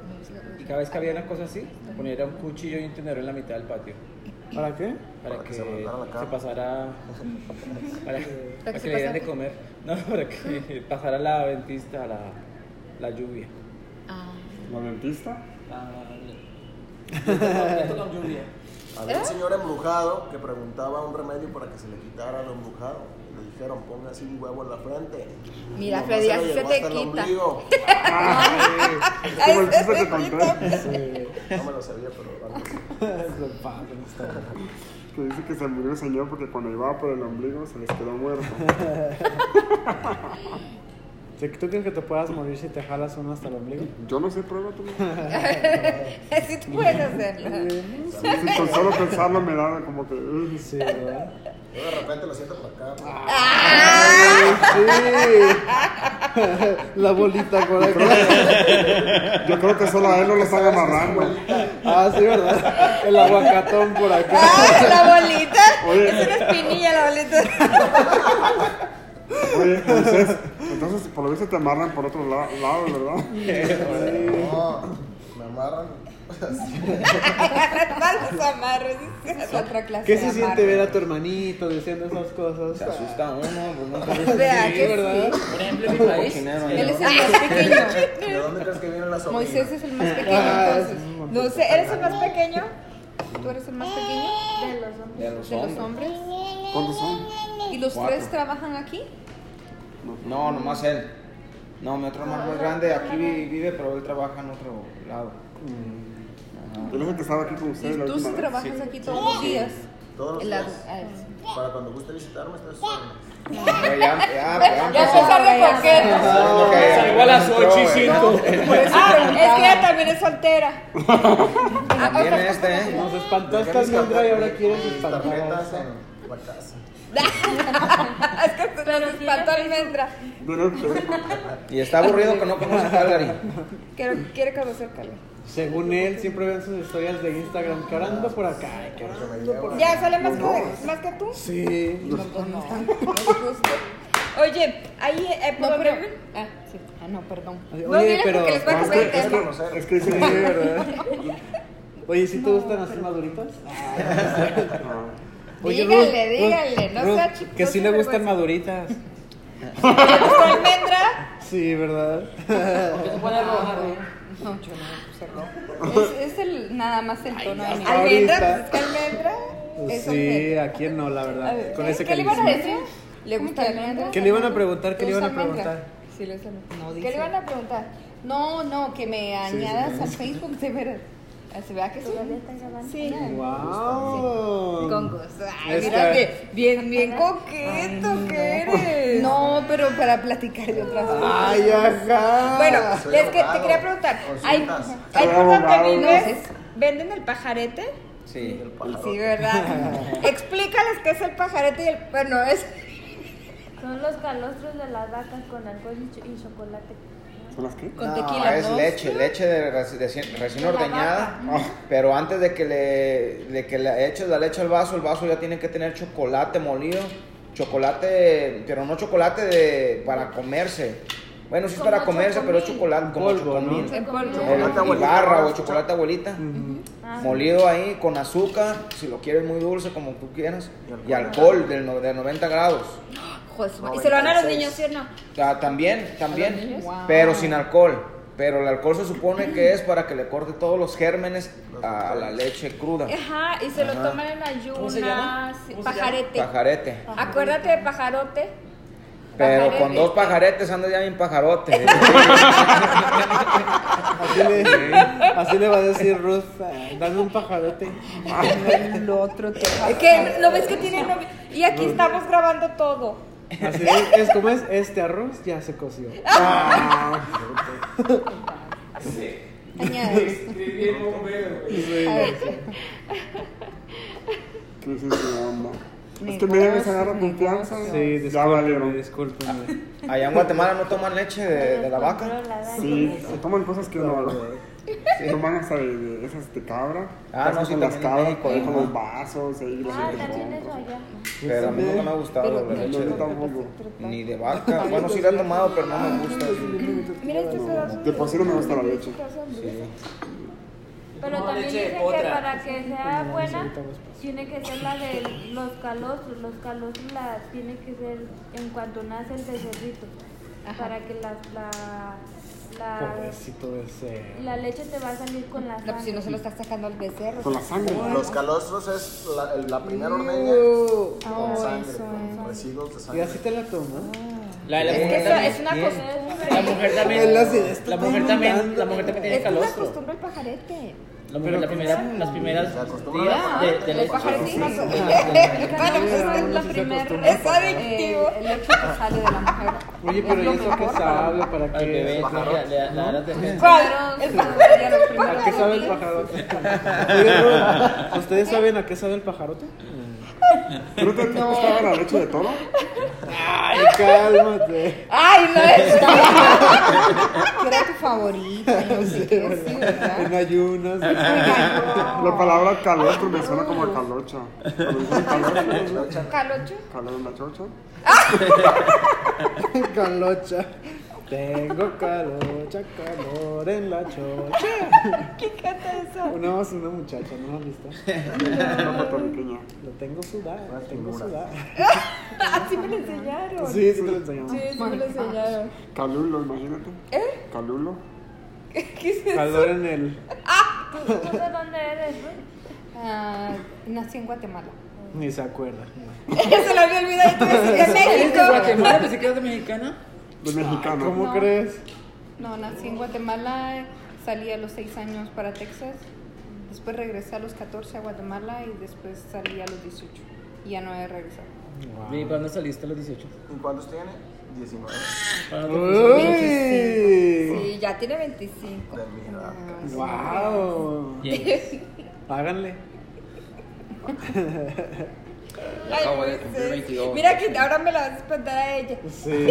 Speaker 7: Y cada vez que había una cosa así, ponía un cuchillo y un tenedor en la mitad del patio
Speaker 2: ¿Para qué?
Speaker 7: para,
Speaker 8: Para que
Speaker 7: que,
Speaker 8: se aguantara la
Speaker 7: se
Speaker 8: cara.
Speaker 7: pasara. para, para
Speaker 1: se
Speaker 7: que le dieran
Speaker 1: pasara
Speaker 7: de
Speaker 1: qué?
Speaker 7: comer. No, para que pasara la ventista, la, la lluvia.
Speaker 5: ¿La dentista?
Speaker 8: Había un señor embrujado que preguntaba un remedio para que se le quitara lo embrujado. Le dijeron, póngase un huevo en la frente.
Speaker 3: Mira,
Speaker 8: Nomás
Speaker 3: Freddy,
Speaker 8: lo
Speaker 3: así se
Speaker 8: llevó
Speaker 3: te
Speaker 8: hasta el
Speaker 3: quita.
Speaker 8: ombligo.
Speaker 5: Ah, Es como el chiste que conté.
Speaker 8: No me lo sabía, pero algo así.
Speaker 5: Que dice que se murió el señor porque cuando llevaba por el ombligo se les quedó muerto.
Speaker 2: Si ¿Tú crees que te puedas morir si te jalas uno hasta el ombligo?
Speaker 5: Yo no sé, prueba tú.
Speaker 3: Así tú puedes hacerlo.
Speaker 5: Sí, Con solo pensarlo me da como que. uh. "Ugh".
Speaker 2: Sí, ¿verdad?
Speaker 8: Yo de repente lo siento por acá. por acá.
Speaker 2: La bolita con la
Speaker 5: Yo creo que solo a él no lo están amarrando.
Speaker 2: Ah, sí, ¿verdad? El aguacatón por acá.
Speaker 3: ¡Ah, la bolita!
Speaker 5: Oye.
Speaker 3: Es una espinilla la bolita.
Speaker 5: Oye, entonces, entonces por lo visto te amarran por otro la- lado, ¿verdad?
Speaker 8: No, me amarran.
Speaker 3: Malos amarros. Es otra clase
Speaker 2: ¿Qué
Speaker 3: de
Speaker 2: se siente
Speaker 3: amarre.
Speaker 2: ver a tu hermanito diciendo esas cosas?
Speaker 4: Se asusta uno, pues nunca ves
Speaker 3: Vea, que sí.
Speaker 9: Por ejemplo, en mi país,
Speaker 4: cochinero
Speaker 3: Él
Speaker 4: ahí.
Speaker 3: es el más pequeño.
Speaker 8: ¿De dónde crees que vienen las sobrinas?
Speaker 3: Moisés es el más pequeño,
Speaker 2: Ah,
Speaker 3: entonces. No sé, ¿eres el más pequeño? ¿Tú eres el más pequeño
Speaker 10: de los hombres.
Speaker 4: De los
Speaker 3: de los
Speaker 4: hombres.
Speaker 3: hombres?
Speaker 5: ¿Cuántos son?
Speaker 3: ¿Y los
Speaker 4: Cuatro.
Speaker 3: tres trabajan aquí?
Speaker 4: No, nomás él. No, mi otro hermano es grande, aquí vi- vive, pero él trabaja en otro lado.
Speaker 5: Él es el que estaba aquí con
Speaker 3: ¿Y
Speaker 5: ustedes la
Speaker 3: tú sí
Speaker 5: última vez.
Speaker 3: trabajas aquí todos los días?
Speaker 8: Todos los
Speaker 3: El
Speaker 8: días.
Speaker 3: lado- ah, es-
Speaker 8: Para cuando guste visitarme, estás sobrinas.
Speaker 4: Pero ya, ya, ya.
Speaker 3: Ya empezar de coqueto.
Speaker 4: Ah,
Speaker 9: salgo a las 8 y 5.
Speaker 3: Ah, es que ella también es soltera. Ah,
Speaker 4: También este, ¿eh?
Speaker 2: Nos espantaste al Mildra y ahora quieres
Speaker 8: Mis
Speaker 2: espantar a
Speaker 8: tarjetas
Speaker 2: Elsa.
Speaker 8: en la casa.
Speaker 3: Es que pero espantó almendra.
Speaker 5: Pero, pero,
Speaker 4: Y está aburrido que no conoce a Calgary.
Speaker 3: Quiero, quiere conocer Carlos.
Speaker 2: Según él, siempre ven sus historias de Instagram. Que ahora ando por acá. ay, que ahora ando por acá.
Speaker 3: ¿Ya sale más que, más que tú?
Speaker 2: Sí.
Speaker 3: No, pues no. No es justo. Oye, ahí eh, por
Speaker 1: No,
Speaker 3: donde-
Speaker 1: pero-
Speaker 3: Ah, sí. Ah, no, perdón.
Speaker 2: Oye,
Speaker 3: no diles
Speaker 2: pero-
Speaker 3: porque les voy a
Speaker 5: no, es
Speaker 3: comer el
Speaker 5: que, es
Speaker 3: tema.
Speaker 5: que, es que dice
Speaker 2: Sí,
Speaker 5: que-
Speaker 2: ¿verdad? Oye, ¿sí te gustan así maduritas?
Speaker 3: Dígale, dígale, no sea pues- chi-
Speaker 2: Que
Speaker 3: no
Speaker 2: sí
Speaker 3: sea
Speaker 2: le gustan
Speaker 3: vergüenza.
Speaker 2: maduritas.
Speaker 3: ¿Te gustó almendra?
Speaker 2: Sí, ¿verdad?
Speaker 3: No, pues, yo no me puse rojo. Es, es el, nada más el tono de mi
Speaker 2: ahorita.
Speaker 3: Almendra, pues es que almendra. es
Speaker 2: Sí,
Speaker 3: objeto.
Speaker 2: ¿a quién no, la
Speaker 3: A
Speaker 2: verdad?
Speaker 3: ver,
Speaker 2: Con
Speaker 3: ¿qué-
Speaker 2: ese
Speaker 3: ¿Qué le iban a
Speaker 2: carisma.
Speaker 3: decir? ¿Le gusta almendra?
Speaker 2: ¿Qué le iban a preguntar? ¿Qué
Speaker 3: ¿Te
Speaker 2: le iban a
Speaker 3: gusta almendra?
Speaker 2: preguntar?
Speaker 3: Sí, le gusta almendra.
Speaker 1: No
Speaker 3: ¿Qué le iban a preguntar? No, no, que me
Speaker 2: Sí, sí,
Speaker 3: añadas a Facebook, de veras. Ah, ¿Se vea que sí? Sí.
Speaker 2: ¡Wow!
Speaker 3: Con gusto. Ay,
Speaker 2: Es
Speaker 3: mira
Speaker 2: que-
Speaker 3: que bien, bien coqueto que eres. No, pero para platicar de otras cosas.
Speaker 2: ¡Ay, ajá!
Speaker 3: Bueno,
Speaker 8: Soy
Speaker 3: les que, te
Speaker 8: abogado.
Speaker 3: quería preguntar,
Speaker 8: Consultas.
Speaker 3: ¿hay, hay
Speaker 5: Soy
Speaker 3: por donde
Speaker 5: abogado.
Speaker 3: vives? ¿Venden el pajarete?
Speaker 4: Sí.
Speaker 3: Sí, ¿verdad? Explícales qué es el pajarete y el... Bueno, es...
Speaker 10: Son los calostros de las vacas con alcohol y, cho- y chocolate.
Speaker 5: ¿Son las qué?
Speaker 3: Con
Speaker 4: No,
Speaker 3: tequila,
Speaker 4: es
Speaker 3: ¿no?
Speaker 4: leche, leche de reci- de- recién ordeñada. Ah, Pero antes de que le, de que le eches la leche al vaso, el vaso ya tiene que tener chocolate molido. Chocolate, pero no chocolate de, para comerse. Bueno, sí es
Speaker 10: Como
Speaker 4: para comerse, pero es
Speaker 10: chocomil.
Speaker 4: chocolate como
Speaker 2: Polvo, ¿no?
Speaker 4: chocomil.
Speaker 3: En polvo.
Speaker 4: El-
Speaker 8: Chocolate
Speaker 4: y
Speaker 8: abuelita,
Speaker 4: barra
Speaker 8: ¿no?
Speaker 4: o chocolate abuelita.
Speaker 10: Ah,
Speaker 4: Molido ahí con azúcar, si lo quieres muy dulce, como tú quieras. Y alcohol del no- de 90 grados.
Speaker 3: Joder, su madre. y se lo dan a los niños, ¿sí o no?
Speaker 4: Ah, también, también,
Speaker 3: niños?
Speaker 4: pero
Speaker 3: Wow.
Speaker 4: sin alcohol. Pero el alcohol se supone que es para que le corte todos los gérmenes a la leche cruda.
Speaker 3: Ajá, y se lo
Speaker 4: Ajá.
Speaker 3: toman en ayunas.
Speaker 9: se llama? ¿Cómo se
Speaker 3: pajarete.
Speaker 4: Pajarete.
Speaker 3: Acuérdate de pajarote.
Speaker 4: Pero
Speaker 3: Pajarete.
Speaker 4: con dos pajaretes anda ya bien pajarote.
Speaker 2: Así le, así le va a decir Ruth, "Ay, dame un pajarote.
Speaker 1: El otro te va
Speaker 3: Es que no ves que tiene novio. Y aquí estamos grabando todo.
Speaker 2: Así es, es como es, este arroz ya se coció.
Speaker 3: Añades.
Speaker 5: ¿Qué dices que onda? Es que media vez agarra confianza.
Speaker 2: Sí,
Speaker 5: ya
Speaker 2: discúlpenme,
Speaker 5: valieron.
Speaker 2: discúlpenme.
Speaker 4: Allá en Guatemala no toman leche de, de la vaca.
Speaker 10: controlada.
Speaker 5: Sí, se toman cosas que no. Toman hasta de, de esas de cabra.
Speaker 4: Ah, no,
Speaker 5: Hacen
Speaker 4: sí,
Speaker 5: con las
Speaker 4: también ¿eh? en
Speaker 5: cabras,
Speaker 4: México,
Speaker 5: ahí con
Speaker 4: ¿no?
Speaker 5: los vasos, ahí los
Speaker 10: Ah, también eso allá.
Speaker 4: Pero a mí
Speaker 8: Pues
Speaker 4: nunca me ha gustado la
Speaker 5: No,
Speaker 4: leche
Speaker 5: yo
Speaker 4: de-
Speaker 5: tampoco.
Speaker 4: ni de vaca. Bueno, sí la he tomado, pero no me gusta.
Speaker 3: Mira este pedazo.
Speaker 5: De por sí no me gusta la leche.
Speaker 10: Pero
Speaker 9: No,
Speaker 10: también
Speaker 9: leche,
Speaker 10: dicen que
Speaker 9: otra.
Speaker 10: para que sea buena, tiene que ser la de los calostros. Los calostros las tiene que ser en cuanto nace el becerrito. Para que las, la, la,
Speaker 3: Ah.
Speaker 2: Pobrecito de ese.
Speaker 10: la leche te va a salir con la
Speaker 3: No, pues si no
Speaker 10: sangre.
Speaker 3: se lo estás sacando al becerro.
Speaker 5: Con la sangre.
Speaker 8: Los calostros es la, el- la
Speaker 4: Uh.
Speaker 8: primera ordeña con sangre, con residuos de
Speaker 2: Y
Speaker 8: sangre.
Speaker 2: así te la tomas.
Speaker 9: La, la
Speaker 3: Es que
Speaker 9: mujer
Speaker 3: eso
Speaker 9: también-
Speaker 3: es una costumbre.
Speaker 9: La mujer también.
Speaker 2: Él así de, "Esto
Speaker 9: La mujer
Speaker 2: está
Speaker 9: también.
Speaker 2: inundando".
Speaker 9: La mujer también tiene
Speaker 3: Es que es una
Speaker 9: calostro.
Speaker 3: costumbre el pajarete.
Speaker 9: La mujer, la primera, las primeras
Speaker 8: Se acostumbra
Speaker 9: días de, de
Speaker 3: El
Speaker 9: leche.
Speaker 3: pajarete es una
Speaker 1: Bueno,
Speaker 3: costumbre.
Speaker 1: pues esta es la
Speaker 2: Sí, se
Speaker 1: primera.
Speaker 2: acostumbra.
Speaker 3: Es adictivo.
Speaker 1: El hecho que sale de la mujer.
Speaker 2: Oye, pero ¿y
Speaker 1: lo
Speaker 2: eso qué
Speaker 1: mejor para-
Speaker 2: sabe? ¿Para
Speaker 9: Al bebé,
Speaker 2: qué?
Speaker 9: creo que le- le da- le da las defensas.
Speaker 3: ¿Cuál? El pajarete es el
Speaker 2: ¿A qué
Speaker 3: pajarete.
Speaker 2: sabe el pajarote? Oye, Ro, ¿ustedes saben a qué sabe el pajarote?
Speaker 5: ¿Tú no te has gustado la leche de toro?
Speaker 2: Ay, cálmate.
Speaker 3: Ay, no es.
Speaker 1: ¿Qué era tu favorita? No sé qué, sí, ¿verdad?
Speaker 2: En ayunas.
Speaker 1: Oigan,
Speaker 5: La palabra calostro me suena como a calocha. Cuando dicen calocha,
Speaker 3: ¿Calocho?
Speaker 5: calor en la chocha.
Speaker 2: Calocha. Tengo calocha, calor en la chocha. ¿Quién canta eso? No, es una muchacha, ¿no la has visto?
Speaker 5: Una puertorriqueña.
Speaker 2: Lo tengo sudado,
Speaker 9: Ah,
Speaker 2: lo tengo sudado.
Speaker 3: Ah, Sí me lo enseñaron.
Speaker 2: Sí, sí te lo enseñamos.
Speaker 3: Sí, sí me lo enseñaron.
Speaker 5: Calulo, imagínate. ¿Eh? Calulo.
Speaker 3: ¿Qué es eso?
Speaker 2: Calor en el.
Speaker 10: ¿Tú de dónde eres, güey?
Speaker 1: Ah, nací en Guatemala.
Speaker 2: Ni se acuerda.
Speaker 3: Se lo había olvidado. Yo te iba a decir de
Speaker 9: ¿Eres de
Speaker 3: México.
Speaker 9: Guatemala? ¿Pensé que eras de mexicana?
Speaker 5: De mexicano.
Speaker 2: ¿Cómo
Speaker 1: No.
Speaker 2: crees?
Speaker 1: No, nací en Guatemala, salí a los 6 años para Texas, después regresé a los 14 a Guatemala y después salí a los 18. Y ya no he regresado.
Speaker 9: ¿Y cuándo saliste a los 18?
Speaker 8: ¿Y cuántos tiene? 19.
Speaker 9: ¿Cuándo te fuiste?
Speaker 2: ¡Uy!
Speaker 3: Sí, ya tiene Ah. 25.
Speaker 8: De mi edad.
Speaker 2: ¡Wow!
Speaker 9: Yes.
Speaker 2: Páganle.
Speaker 3: Ay,
Speaker 4: acabo de
Speaker 3: Moisés.
Speaker 4: cumplir 22.
Speaker 3: Mira que ahora me la vas a espantar a ella.
Speaker 2: Sí.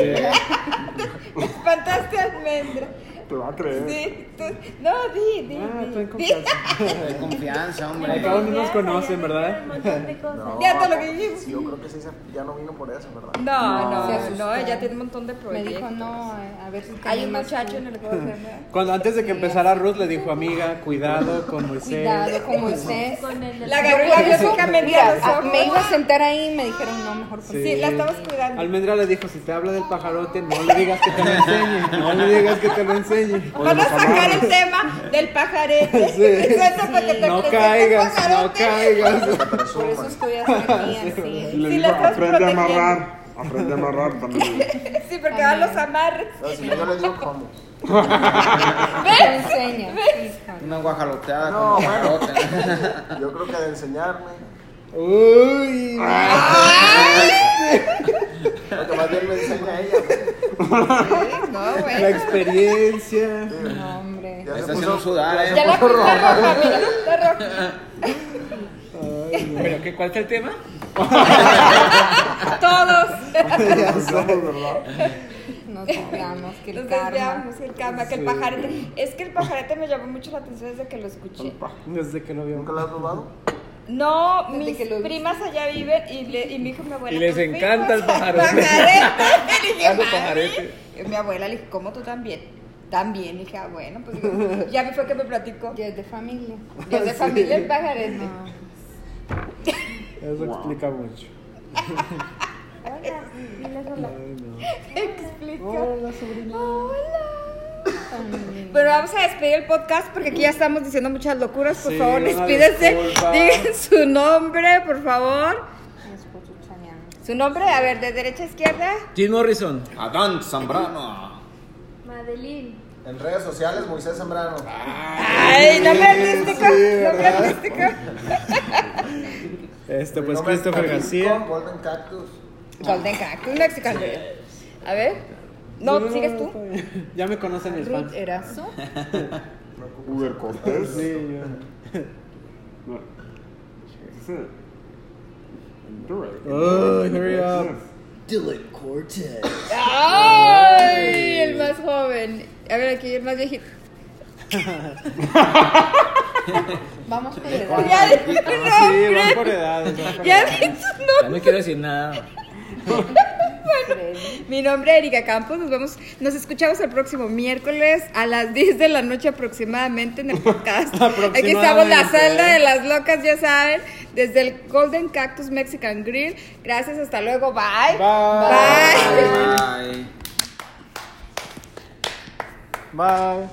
Speaker 3: Espantaste a almendra.
Speaker 5: Te va a creer.
Speaker 3: Sí, tú- No, di, di.
Speaker 2: Ah,
Speaker 3: di,
Speaker 2: estoy en
Speaker 3: di.
Speaker 2: confianza.
Speaker 4: De confianza, hombre.
Speaker 2: Acá donde
Speaker 10: Ya,
Speaker 2: nos
Speaker 10: ya
Speaker 2: conocen,
Speaker 10: dijeron un
Speaker 2: ¿verdad?
Speaker 10: montón de cosas.
Speaker 8: No,
Speaker 3: Ya te lo que dijimos.
Speaker 8: sí, yo creo que sí, se- ya no vino por eso, ¿verdad?
Speaker 3: No, no,
Speaker 1: Se
Speaker 3: no,
Speaker 1: asustó.
Speaker 3: ella tiene un montón de
Speaker 1: Me
Speaker 3: proyectos.
Speaker 1: dijo, no, a ver si te
Speaker 3: Hay un
Speaker 1: animas
Speaker 3: muchacho
Speaker 1: tú".
Speaker 3: en el gobierno.
Speaker 2: Cuando antes de que empezara Ruth le dijo, amiga, cuidado con Moisés.
Speaker 1: Cuidado con Moisés.
Speaker 10: Con el de
Speaker 3: La garganta biológicamente a
Speaker 1: Mira,
Speaker 3: los
Speaker 1: ah,
Speaker 3: ojos.
Speaker 1: me iba a sentar ahí y me dijeron, no, mejor con
Speaker 3: Sí, la estamos cuidando.
Speaker 2: Almendra le dijo, si te habla del pajarote, no le digas que te lo enseñe. No le digas que te lo enseñe.
Speaker 3: Van a sacar el tema del pajarete.
Speaker 2: Sí.
Speaker 3: Exacto, para que te
Speaker 2: No
Speaker 3: presentes
Speaker 2: caigas, no
Speaker 3: pajarote.
Speaker 2: caigas.
Speaker 1: Por eso estoy aquí,
Speaker 5: Y
Speaker 1: así.
Speaker 5: le
Speaker 3: Sí,
Speaker 5: digo,
Speaker 3: la estás
Speaker 5: aprende a
Speaker 3: protegiendo".
Speaker 5: amarrar. Aprende a amarrar también.
Speaker 3: Sí, porque van los amarres.
Speaker 8: No, si no, yo le digo cómo.
Speaker 1: Te enseña. híjole.
Speaker 4: pues, Una guajaloteada
Speaker 8: No,
Speaker 4: con
Speaker 8: bueno.
Speaker 4: guajolota.
Speaker 8: Yo creo que de enseñarme.
Speaker 2: Uy.
Speaker 8: Lo que más bien me enseña ella. pues.
Speaker 3: No,
Speaker 2: La
Speaker 3: güey.
Speaker 2: experiencia.
Speaker 1: No, hombre.
Speaker 8: Ya
Speaker 4: Me
Speaker 8: se puso
Speaker 4: está haciendo sudar,
Speaker 3: Ya
Speaker 4: eh.
Speaker 3: la roja, roja, mira, la roja.
Speaker 9: Bueno, ¿qué, ¿cuál fue el tema?
Speaker 3: Todos.
Speaker 2: Ya sabes.
Speaker 1: Nos desviamos, que el
Speaker 3: Nos
Speaker 1: karma.
Speaker 3: desviamos, el karma, que el
Speaker 2: Sí.
Speaker 3: pajarete. Es que el pajarete me llamó mucho la atención desde que lo escuché.
Speaker 2: Desde que lo vio.
Speaker 8: ¿Nunca la has robado?
Speaker 3: No,
Speaker 1: Desde
Speaker 3: mis
Speaker 1: que lo
Speaker 3: primas allá viven y, le, y mi hijo, mi abuela.
Speaker 9: Y les
Speaker 3: "Tus
Speaker 9: encanta el
Speaker 3: primos,
Speaker 9: pajarete".
Speaker 3: pajarete. Le dije,
Speaker 9: Ah, los
Speaker 3: "Mami".
Speaker 9: pajaretes.
Speaker 3: Y mi abuela le dijo, ¿cómo tú también? También, dije, ah, bueno, pues digo, ya me fue que me platicó.
Speaker 1: Y es de familia.
Speaker 3: Yo de
Speaker 2: Sí.
Speaker 3: familia el pajarete.
Speaker 2: Eso explica mucho.
Speaker 10: Hola, diles hola.
Speaker 2: Ay, no.
Speaker 3: Explica.
Speaker 2: Hola, sobrina.
Speaker 3: Bueno, vamos a despedir el podcast porque aquí ya estamos diciendo muchas locuras. Por
Speaker 2: Sí,
Speaker 3: favor,
Speaker 2: una
Speaker 3: despídense.
Speaker 2: disculpa.
Speaker 3: Digan su nombre, por favor. Su nombre, a ver, de derecha a izquierda.
Speaker 9: Jim Morrison.
Speaker 4: Adán Zambrano.
Speaker 10: Madeline.
Speaker 8: En redes sociales, Moisés Zambrano.
Speaker 3: Ay, nombre artístico.
Speaker 2: sí,
Speaker 3: nombre
Speaker 2: ¿verdad?
Speaker 3: artístico.
Speaker 2: Este, pues
Speaker 8: Mi nombre es
Speaker 2: Christopher
Speaker 8: Francisco
Speaker 2: García.
Speaker 8: Golden Cactus.
Speaker 3: Golden Cactus, Mexican Girl. A ver. No, sigues tú.
Speaker 2: está bien. Ya me conocen mis fans.
Speaker 1: Ruth Erazo.
Speaker 5: Uber Cortés.
Speaker 2: Sí,
Speaker 5: No. Sí. Do it.
Speaker 2: yo. Oh, hurry up.
Speaker 6: Dylan Cortez.
Speaker 3: ¡Ay! El más joven. A ver, aquí el más viejito.
Speaker 1: Vamos con el
Speaker 3: Ya dije tu
Speaker 7: Ah,
Speaker 2: Sí,
Speaker 3: nombre.
Speaker 2: van por edades. van por
Speaker 3: Ya
Speaker 2: edades.
Speaker 3: dije tu
Speaker 9: Ya no
Speaker 3: nombre.
Speaker 9: quiero decir nada.
Speaker 3: Mi nombre es Erika Campos. Nos vemos, nos escuchamos el próximo miércoles a las 10 de la noche aproximadamente en el podcast. Aquí estamos la
Speaker 2: Aproximadamente.
Speaker 3: celda de las locas, ya saben, desde el Golden Cactus Mexican Grill. Gracias, hasta luego. Bye.
Speaker 2: Bye.
Speaker 3: Bye.
Speaker 4: Bye.
Speaker 2: Bye.